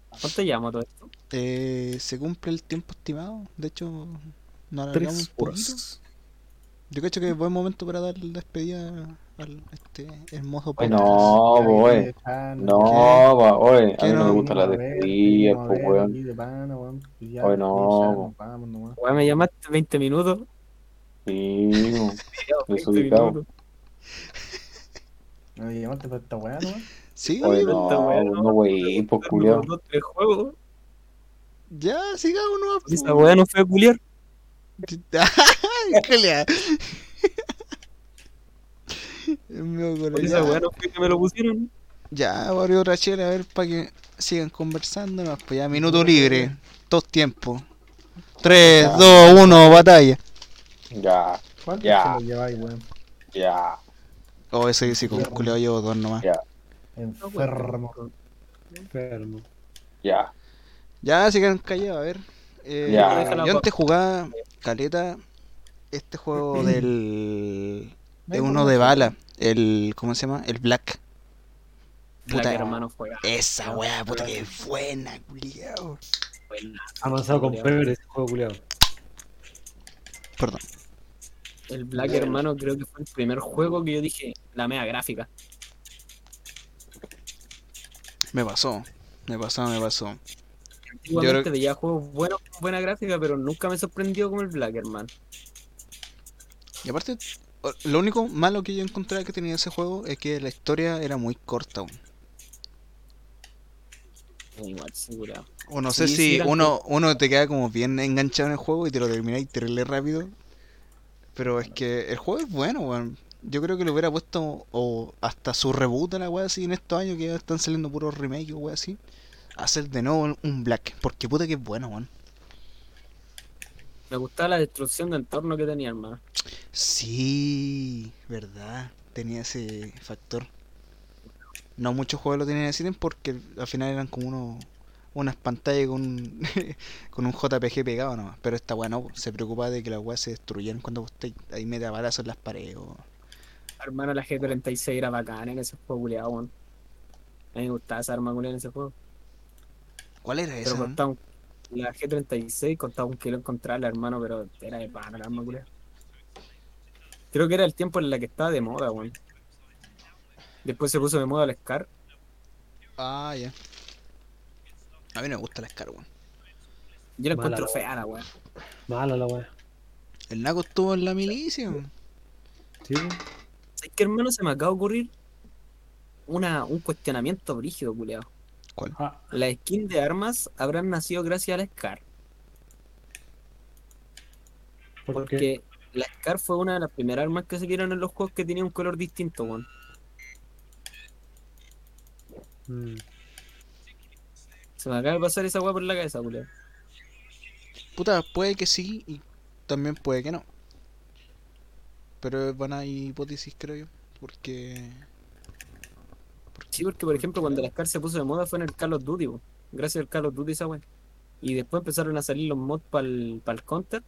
S6: ¿Cuánto llamo todo esto?
S2: Eh, se cumple el tiempo estimado. De hecho, nos alargamos un
S3: Tres
S2: poquito.
S3: horas.
S2: Yo creo que es buen momento para dar la despedida al este hermoso
S4: Ay,
S2: podcast.
S4: no, boy. No, va, oye, a
S2: ¿Qué
S4: mí no me
S2: no?
S4: gustan las despedidas, pues, weón. Ay, no, po.
S5: no.
S6: Weón, me llamaste 20 minutos.
S4: Sí, po. Desubicado.
S6: minutos.
S5: No me llamaste para esta weá, ¿no?
S2: Sí,
S4: Oye,
S2: weón.
S4: no,
S6: Esta weá,
S4: no, wey, pues, culiao.
S6: Dos, dos, tres juegos.
S2: ya, sigamos nomás.
S6: Y Esa weá no fue culiar.
S2: Ay, culiao. Es medio
S6: Porque
S2: colorado.
S6: Esa weá no fue que me lo pusieron.
S2: Ya, abrió otra chela, a ver, para que sigan conversando. nomás, pues ya, minuto libre. Dos tiempos. Tres,
S4: Ya.
S2: dos, uno, batalla.
S4: Ya,
S5: ¿Cuánto
S4: Ya.
S5: se lo lleváis, weón?
S4: ya.
S2: Oh, ese dice con culiao llevo dos nomás.
S5: Enfermo.
S1: Enfermo.
S4: Ya.
S2: Ya, se quedan callados, a ver. Eh,
S4: Ya.
S6: Déjala,
S2: Yo
S6: pa-
S2: antes jugaba caleta este juego del. de uno de bala. El. ¿Cómo se llama? El Black.
S6: La
S2: Puta.
S6: que hermano juega.
S2: Esa weá, puta que buena, culiao.
S1: Amasado con pebre ese juego, culiado.
S2: Perdón.
S6: El Black hermano creo que fue el primer juego que yo dije, la mega gráfica.
S2: Me pasó. Me pasó, me pasó.
S6: Antiguamente veía juegos buenos con buena gráfica, pero nunca me sorprendió como el Black hermano.
S2: Y aparte, o- lo único malo que yo encontré que tenía ese juego es que la historia era muy corta. weón.
S6: Igual, sí, culiao.
S2: O no sé
S6: Sí, sí,
S2: si
S6: era
S2: uno, uno te queda como bien enganchado en el juego y te lo termináis terrible rápido. Pero es que el juego es bueno, weón. Yo creo que lo hubiera puesto o hasta su reboot a la weá así en estos años que ya están saliendo puros remakes o weá así. Hacer de nuevo un Black. Porque puta que es bueno, weón.
S6: Me gustaba la destrucción de entorno que tenía, hermano.
S2: Sí, verdad. Tenía ese factor. No muchos juegos lo tenían así porque al final eran como uno, unas pantallas con, con un JPG pegado nomás. Pero esta weá no, se preocupaba de que las weas se destruyeran cuando usted ahí mete balazos en las paredes. o-
S6: Hermano, la G36 era bacana en ese juego, culiao, weón. A mí me gustaba esa arma culiao en ese juego.
S2: ¿Cuál era
S6: Pero
S2: esa? no?
S6: costaba un- la G36 costaba un kilo encontrarla, hermano, pero era de pana la arma, culiao. Creo que era el tiempo en la que estaba de moda, weón. Después se puso de moda el Scar.
S2: Ah, ya. A mí no me gusta la Scar, weón.
S6: Yo la
S1: Mala
S6: encuentro
S1: la
S6: fea, la weón.
S1: Mala la weá.
S2: El Naco estuvo en la milicia. weón.
S1: Sí, weón.
S6: ¿Sabes qué, hermano? Se me acaba de ocurrir una, un cuestionamiento brígido, culiao.
S2: ¿Cuál?
S1: Ah,
S6: ¿Las skins de armas habrán nacido gracias al Scar?
S1: ¿por qué?
S6: Porque la Scar fue una de las primeras armas que se vieron en los juegos que tenía un color distinto, weón.
S1: Mm.
S6: Se me acaba de pasar esa weá por la cabeza, culiao.
S2: Puta, puede que sí y también puede que no. Pero es buena hipótesis, creo yo. Porque.
S6: Sí, porque por ejemplo cuando la Scar se puso de moda fue en el Call of Duty, po. gracias al Call of Duty esa weá. Y después empezaron a salir los mods para el Counter,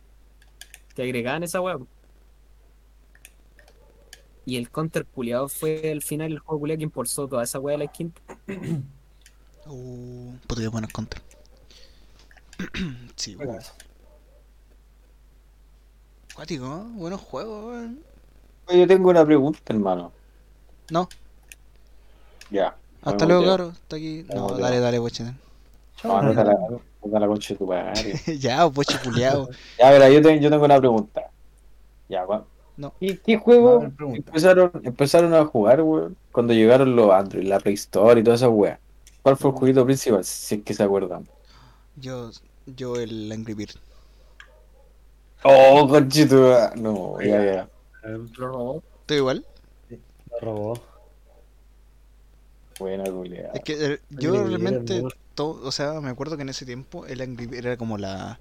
S6: que agregaban esa weá. po. Y el Counter culiado fue al final el juego culiado que impulsó toda esa weá de la skin.
S2: Uh, puta que buenos contra. sí, bueno. Cuático, ¿no? buenos juegos, weón.
S4: Oye, Yo tengo una pregunta, hermano.
S2: No,
S4: Ya.
S2: hasta luego, caro. Está aquí. No,
S4: Vamos,
S2: dale, dale, boche.
S4: No, anda la, anda la concha de tu madre.
S2: ya, boche culiao.
S4: Ya, verá, yo, te- yo tengo una pregunta. Ya, Juan.
S2: No.
S4: ¿Qué, qué juego
S5: Vale, pregunta.
S4: empezaron, empezaron a jugar, weón, cuando llegaron los Android, la Play Store y toda esa weá? ¿Cuál fue el jueguito principal, si es que se acuerdan?
S2: Yo, yo el Angry Bird.
S4: Oh, conchito. No, ya, ya.
S1: Eh,
S6: Lo robó.
S2: ¿Estoy igual?
S1: lo robó.
S4: Buena, culiada.
S2: Es que eh, yo
S1: Angry Bird,
S2: realmente,
S1: hermano.
S2: todo, o sea, me acuerdo que en ese tiempo el Angry Bird era como la,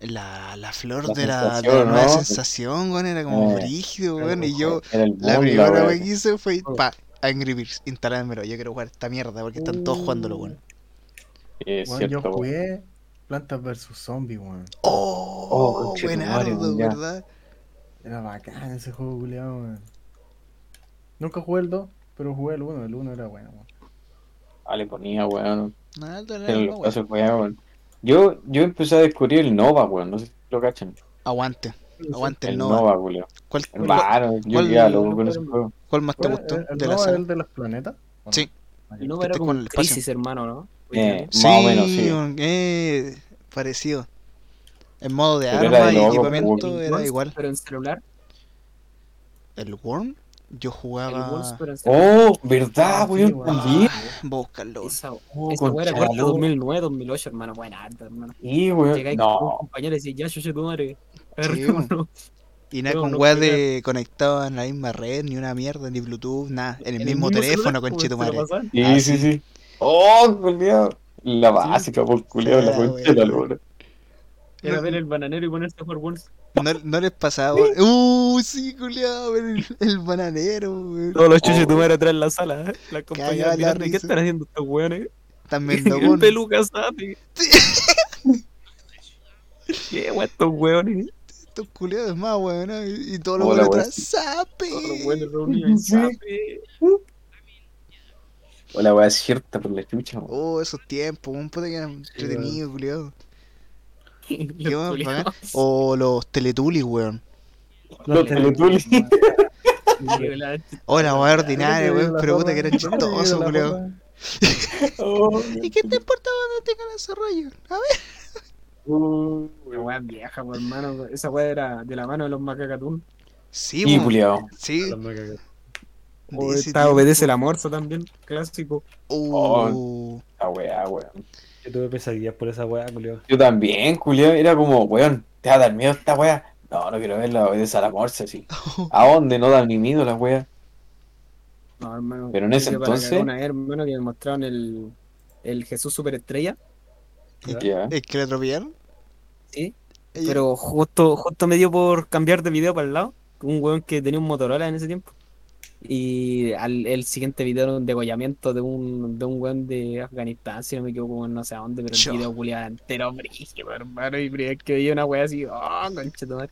S2: la, la flor
S4: La
S2: de, la, de la
S4: sensación,
S2: nueva
S4: ¿no?
S2: sensación, weón, era como
S4: Eh,
S2: brígido,
S1: era
S2: weón, y
S1: como
S2: yo
S4: Era el
S2: la
S4: boom,
S2: primera
S4: weá.
S2: vez que hice fue,
S1: Oh.
S2: pa, Angry Birds, instalármelo, yo quiero jugar esta mierda porque están todos jugándolo, weón.
S4: Es
S5: Weón,
S4: cierto,
S5: yo
S4: weón.
S5: jugué Plantas vs Zombies, weón.
S2: ¡Oh!
S4: conchetumare,
S2: buenardo,
S4: ya.
S2: ¿verdad?
S5: Era bacán ese juego, culiao, weón. Nunca jugué el 2, pero jugué el 1. El 1 era bueno, weón.
S4: Ah, le ponía, weón.
S2: Nada, no,
S4: Pero
S2: Ah, no,
S4: lo
S2: weón.
S4: paso, weón. Yo, yo empecé a descubrir el Nova, weón. No sé si lo cachan.
S2: Aguante, aguante
S4: El
S2: el Nova.
S4: Nova, Julio.
S2: ¿Cuál, cuál,
S4: Hermano, yo
S2: cuál-
S4: ya loco con ese juego.
S2: cuál más te
S5: ¿Era
S2: gustó
S5: el- el
S2: de la
S5: Nova
S2: saga?
S5: el de los planetas? ¿O no?
S2: Sí.
S6: El Nova
S2: Que
S6: era
S2: esté
S6: como
S2: con el espacio.
S6: crisis, hermano, ¿no?
S4: Eh,
S2: Sí,
S4: más o menos, sí.
S2: un- eh, parecido. En modo de
S4: Pero
S2: arma
S4: era de
S2: y
S4: loco,
S2: equipamiento
S4: weón.
S2: era igual.
S6: Pero en celular.
S2: ¿El Worm? Yo
S6: El Wolves,
S2: jugaba.
S6: pero en celular.
S4: Oh, verdad,
S2: Ah,
S5: sí,
S4: weón.
S5: weón.
S4: También.
S2: Voy a buscarlo.
S6: Esa,
S4: Oh,
S6: esa weá era
S4: concha,
S6: corta
S4: loco.
S6: 2009, 2008, hermano. Buena harta, hermano.
S4: Sí, weón.
S6: Llegáis con un
S4: No.
S6: compañero y decís, ya, yo soy tu madre.
S2: Sí,
S6: hermano.
S2: Y nada
S6: Yo
S2: con
S6: no
S2: weas
S6: jugué.
S2: de conectado en la misma red, ni una mierda, ni Bluetooth, nada. En el,
S6: En
S2: mismo, teléfono,
S6: celular, pues,
S2: conche tu
S6: se lo
S2: madre.
S6: pasaban.
S4: Sí,
S2: Ah,
S4: sí, sí. Oh, culiao. La básica, por culiao, la
S2: Ah,
S4: concha de la
S2: weón.
S4: lora.
S6: Era ver el bananero y ponerse a jugar Wolves.
S2: No, no les pasaba. weón. Uh, sí, culiado, el, el bananero, weón.
S6: Todos
S4: chuches
S6: los chuches
S4: de tu
S6: tuvieron atrás en la sala. ¿eh?
S2: compañera
S6: La compañera
S2: la mirando,
S6: mirando,
S2: ¿qué
S6: ¿qué
S2: risa. están
S6: están haciendo estos weones?
S2: Tan
S6: El
S2: mendocón.
S6: peluca, ¿sabes? ¿Qué estos weones?
S2: Estos culiados más, weón. ¿no? Y, y todos los
S4: Hola,
S2: weones
S4: weón.
S2: atrás. ¡Sape!
S6: Todos los weones reunidos en
S4: O la weá es cierta por la chucha, weón.
S2: Oh, esos tiempos, un puta que eran entretenidos, culiado. Qué
S6: Los
S2: weón oh, bacán.
S6: culiados.
S2: O los Teletulis, weón.
S1: Oh, No,
S4: Los Teletubbies.
S6: Sí, la-
S2: Oh, la weá ordinaria,
S5: Claro,
S2: weón.
S5: la
S2: Pero puta
S5: forma-
S2: que era
S5: la forma-
S2: chistoso,
S5: la
S2: culiado.
S5: forma-
S4: Oh,
S2: ¿Y qué te importa dónde tengan ese rollo? A ver.
S4: uh,
S6: La weá vieja, pues, hermano. Esa weá era de la mano de los macacatún.
S2: Sí,
S4: Y
S2: weón.
S4: culiao.
S2: Sí.
S1: la maca que-
S2: de
S6: O
S2: ese
S6: está
S2: tiempo.
S6: Obedece el Amorzo también, clásico.
S2: Oh.
S4: La weá, weón.
S1: Yo tuve pesadillas por esa weá, culiao.
S4: Yo también, culiao. Era como, weón, te va a dar miedo esta weá. No, no quiero verla, obedece a la morsa, sí. ¿A dónde? No dan ni miedo la weá.
S6: No, hermano.
S4: Pero en ese
S6: yo para cagar
S4: entonces-
S6: Una vez, hermano, que me mostraron el, el Jesús Superestrella.
S1: Ya.
S4: Ya.
S2: ¿El que le atropellaron?
S6: Sí.
S2: Ella-
S6: Pero justo, justo me dio por cambiar de video para el lado. Un weón que tenía un Motorola en ese tiempo. Y al, el siguiente video era un degollamiento de un, de un weón de Afganistán, si no me equivoco, no sé a dónde, pero
S2: Chao.
S6: el video culiado entero brígido, hermano. Y primera vez que veía una weá así, oh, conchetumar.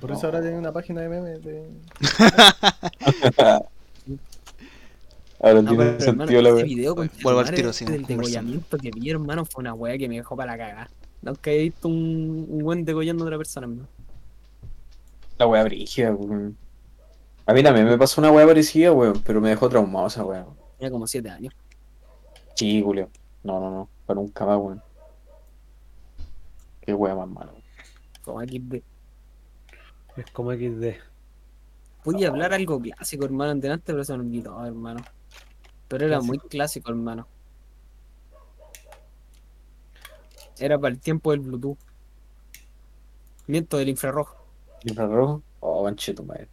S5: Por eso ahora tiene una página de memes de...
S4: Ahora
S6: No, pero
S4: tiene
S6: hermano,
S4: sentido la
S6: ese
S4: weá.
S6: video con
S2: Vuelvo al
S6: Chetumare,
S2: tiro, sigamos
S6: del
S2: conversando.
S6: degollamiento que vi, hermano, fue una weá que me dejó para cagar. Nunca he visto un, un buen degollando a otra persona, hermano.
S4: La wea brígida, weón. A mí también me pasó una wea parecida, weón, pero me dejó traumado esa wea.
S6: Tenía como 7 años.
S4: Sí, Julio. No, no, no. Para nunca más, weón. Qué wea más mala. weón.
S6: Como aquí de-
S1: Es como XD.
S6: Pude hablar algo clásico, hermano, antes, pero se me olvidó, hermano. Pero era muy clásico, hermano. Era para el tiempo del Bluetooth. Miento, del infrarrojo.
S4: ¿Infrarrojo? Oh, manchito, madre.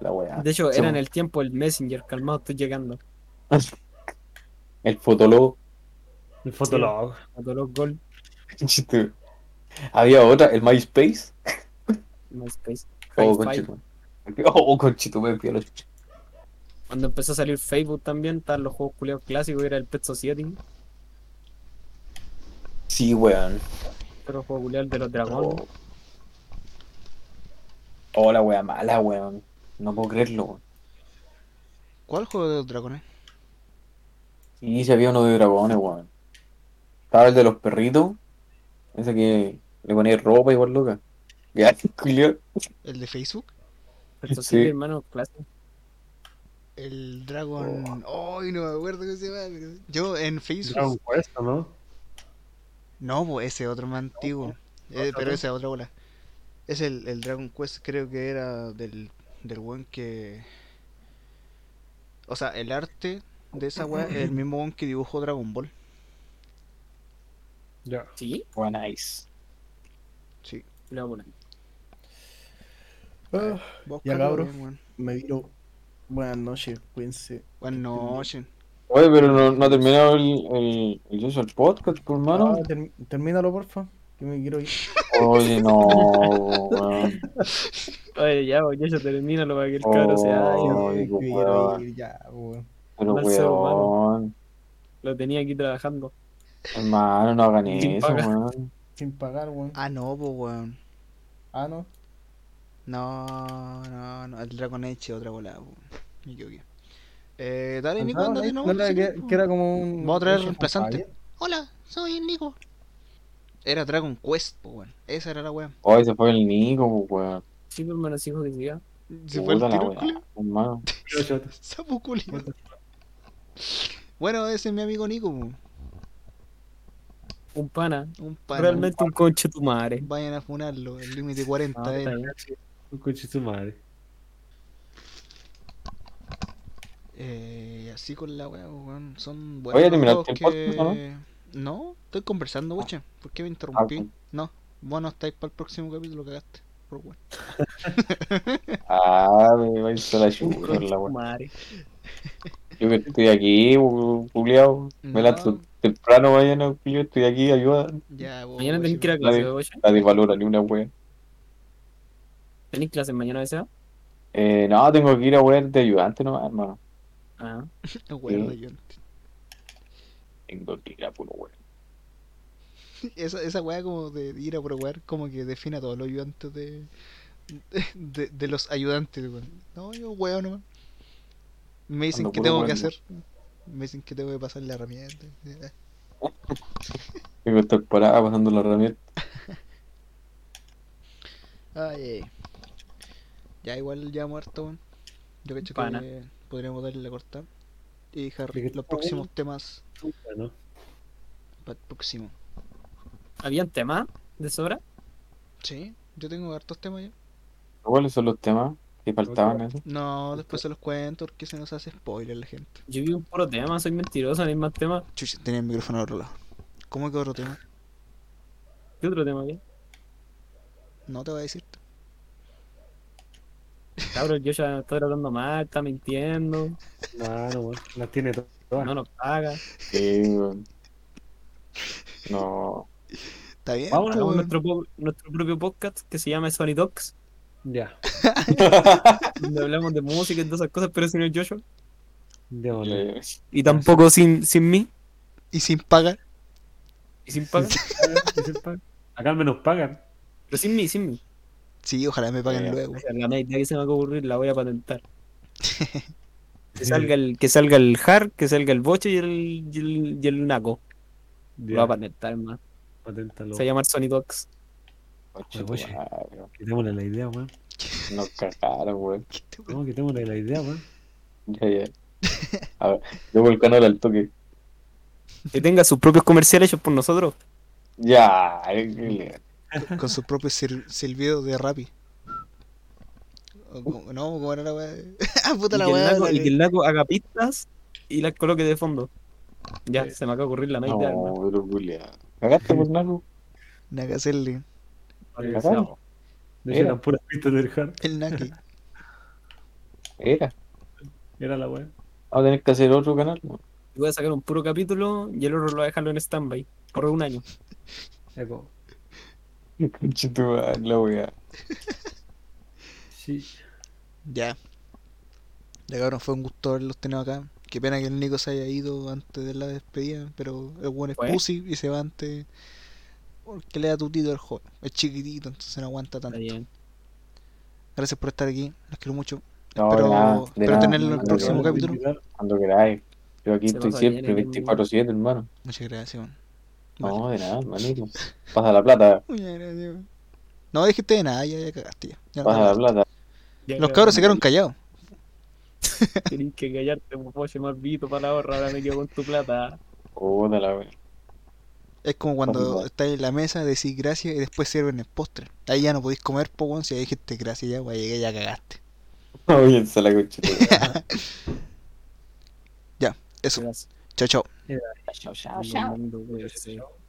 S4: La wea.
S6: De hecho,
S4: Sí,
S6: era en
S4: weón.
S6: el tiempo del Messenger, calmado, estoy llegando.
S4: El fotólogo.
S1: El fotolog.
S6: A todos los gol,
S4: Chiste. Había otra, el MySpace.
S6: MySpace.
S4: Oh,
S6: Hi-Fi.
S4: conchito. madre. Oh, conchito, me fui a la chucha.
S6: Cuando empezó a salir Facebook también, estaban los juegos culeados clásicos, era el Pet Society,
S4: Sí, weón.
S6: pero juego culeado de los dragones.
S4: Oh. Oh, la wea mala, weón. No puedo creerlo, weón.
S2: ¿Cuál juego de los dragones?
S4: Y se había uno de dragones, weón. Estaba el de los perritos. Ese que le ponía ropa igual loca. Ya, culiao.
S2: ¿El de Facebook?
S6: Pet Society,
S4: Sí.
S6: hermano, clásico.
S2: El Dragon. Ay,
S5: Oh.
S2: no me acuerdo cómo se llama. pero- Yo en Facebook.
S1: Dragon Quest, ¿o ¿no?
S2: No, pues ese otro más antiguo. Eh, pero esa otra bola. Es el, el Dragon Quest, creo que era del, del weón que. O sea, el arte de esa weá es el mismo weón que dibujó Dragon Ball.
S1: Ya.
S6: Sí,
S4: Weón, nice.
S2: Sí.
S6: le voy a poner.
S5: Ah,
S2: Búscalo
S5: cabros.
S2: bien, weón.
S5: me viro. Buenas noches, cuídense.
S2: Buenas noches.
S4: Oye, pero no, no ha terminado el, el, el uso del podcast, por hermano.
S5: Ah, ter- termínalo, porfa, que me quiero ir.
S4: Oye, no, weón.
S6: Oye, ya, ya, ya termínalo para que el
S4: Oh.
S6: cabro se vaya.
S4: No,
S5: Ay,
S4: digo,
S5: me quiero
S4: weón.
S5: ir ya, weón.
S4: Pero
S6: Mal ser humano.
S4: weón.
S6: Lo tenía aquí trabajando.
S4: Hermano, no hagan
S6: Sin
S4: eso,
S6: paga.
S4: weón.
S5: Sin pagar, weón.
S2: Ah, no, pues weón.
S5: Ah, no.
S2: No, no, no. El Dragon Age es otra bola. weón. Me equivoqué. Eh, dale, Nico,
S5: Pensaban
S2: andate
S5: ahí,
S2: nomás, pues,
S5: ¿no era
S2: sí,
S5: que,
S2: po.
S5: que era como un.
S2: Vamos a traer
S5: un
S2: reemplazante.
S5: Javier?
S2: Hola, soy el Nico. Era Dragon Quest, po, weón. Esa era la weón.
S4: Oh, ese fue el Nico, pues, weón.
S6: Sí, pero me los dijo que diga.
S2: Se fue el
S4: Puta la
S2: tiro,
S4: weá, pues, hermano.
S2: Sapo culiao. Bueno, ese es mi amigo Nico, po.
S6: Un pana.
S2: Un pana.
S6: Realmente Este un conche tu madre.
S2: Vayan a funarlo, el límite 40
S6: Ah,
S2: era.
S6: está bien.
S1: Un coche su madre.
S2: Eh, así con la wea, weón. Son
S4: Oye,
S2: buenos
S4: ¿terminaste
S2: juegos
S4: el podcast, Ah,
S2: que... No, estoy conversando, weche. ¿Por qué me interrumpí?
S4: ok.
S2: No, vos no estáis para el próximo capítulo, cagaste. Por weón.
S4: Ah, me va a irse la
S6: Un
S4: chucha,
S6: conche
S4: la
S6: tu
S4: weá.
S6: madre.
S4: Yo que estoy aquí, pues, culiao. Me la
S2: No.
S4: temprano mañana, pues, yo estoy aquí, ayuda.
S2: Ya, vos.
S6: Mañana
S2: weche,
S6: tenés que ir a
S2: weón.
S6: clase,
S4: Nadie.
S6: oye.
S4: Nadie valora ni una wea.
S6: ¿Tenés clase mañana de esa?
S4: Eh, no, tengo que ir a wea de ayudante nomás, hermano.
S6: Ah.
S2: Ah, weón,
S4: Sí.
S2: yo-
S4: Tengo que ir a puro wea.
S2: Esa, esa weá como de ir a probar como que define a todos los ayudantes de. de, de- de los ayudantes, weón. No, yo weón nomás. Me dicen
S4: Ando
S2: qué
S4: puro
S2: tengo que
S4: weón,
S2: hacer. Me dicen que tengo que pasar la herramienta.
S4: Tengo esta parada pasando la herramienta.
S2: Ay, ay. Ya igual ya muerto, weón. Yo cacho
S6: Pana.
S2: que podríamos darle la corta. Y
S1: ¿De qué
S2: Harry, los
S1: estamos
S2: próximos temas
S1: Bueno,
S2: para el próximo.
S6: ¿Habían temas de sobra?
S2: Sí, yo tengo hartos temas ya.
S4: ¿Cuáles son los temas que faltaban en eso?
S2: No, después se los cuento porque se nos hace spoiler la gente.
S6: Yo vi un puro tema, soy mentiroso, no hay más temas.
S2: Chucha, tenía el micrófono al otro lado. ¿Cómo que otro tema?
S6: ¿Qué otro tema había?
S2: No te voy a decir.
S6: Cabros, yo ya está tratando mal, está mintiendo,
S1: mano, weón, las tiene to- todas.
S6: no nos paga.
S4: Sí, weón. No.
S2: Está bien.
S6: Vamos
S2: está
S6: con
S2: bueno.
S6: nuestro, po- nuestro propio podcast que se llama Sony Talks,
S1: Ya,
S6: donde hablamos de música y todas esas cosas, pero sin el Joshua.
S1: démosle.
S4: eh,
S6: Y tampoco sin, sin mí.
S2: Y sin pagar.
S6: Y sin paga.
S1: Acá al menos pagan.
S6: Pero sin mí, sin mí.
S2: Sí, ojalá me paguen
S4: Ya.
S2: luego.
S6: O sea, la media que se me va a ocurrir la voy a patentar. Que salga el, que salga el Har, que salga el Boche y el, y el, y el Naco. Lo
S1: Ya,
S6: voy a patentar, hermano.
S1: paténtalo.
S6: Se va a llamar Sony Talks.
S1: Oye.
S4: madre,
S1: Quitémosle la idea, weón.
S4: Nos cagaron, weón.
S2: Este
S1: No, quitémosle la idea, weón.
S4: Ya, ya. A ver, yo volcándole al toque.
S6: Que tenga sus propios comerciales hechos por nosotros.
S4: Ya, eh, qué le-
S2: Con su propio sir- silbido de Rappi. O como- No, como era la weá. Ah, puta
S6: y,
S2: la
S6: que el
S2: weá.
S6: Naco, y
S2: dale.
S6: que el Naco haga pistas y las coloque de fondo. Ya, se me acaba de ocurrir la media, hermano.
S4: No, pero Julia. ¿Cagaste por Naco?
S2: Nagacelli.
S6: Vale,
S4: Cagaron.
S6: chao.
S1: De hecho,
S4: Era.
S1: eran puras pistas del hard.
S2: El Naki.
S4: Era.
S1: Era la weón.
S4: Vamos a tener que hacer otro canal, weón.
S6: Y voy a sacar un puro capítulo y el otro lo voy a dejarlo en stand-by por un año.
S1: Eco.
S4: Conche tu madre, la weá.
S1: Sí.
S2: Ya. Ya cabrón, fue un gusto haberlos tenido acá. Qué pena que el Nico se haya ido antes de la despedida, pero el buen es
S6: Pues.
S2: pussy y se va antes. Porque le da tutito al joven. Es chiquitito, entonces no aguanta
S6: Está
S2: tanto.
S6: bien.
S2: Gracias por estar aquí. Los quiero mucho.
S4: No,
S2: Espero-
S4: de nada, de
S2: espero
S4: nada.
S2: tenerlo en el
S4: Cuando
S2: próximo
S4: queráis,
S2: capítulo.
S4: Cuando queráis. Yo aquí
S6: Se
S4: estoy
S6: pasa
S4: siempre
S6: bien, eh,
S4: 24-7, hermano.
S2: Muchas gracias, weón. Vale.
S4: No, de nada, hermanito. Pasa la plata,
S2: Muchas gracias, weón. No dijiste de nada, ya, ya cagaste. ya. Ya no
S4: pasa la
S2: cagaste.
S4: plata.
S6: Ya,
S2: Los cabros se quedaron callados.
S6: Tenés que callarte, poche, maldito, para la ahorra, ahora me quedo con tu plata.
S4: Puta la weá.
S2: Es como cuando
S4: Ojalá.
S2: estás en la mesa, decís gracias y después sirven el postre. Ahí ya no podéis comer, po, weón. Si ya dijiste gracias, ya, weón, llegué, ya cagaste.
S4: Oye, esa la concha tu madre.
S2: Eso. Chao, chao.
S6: Chao, chao.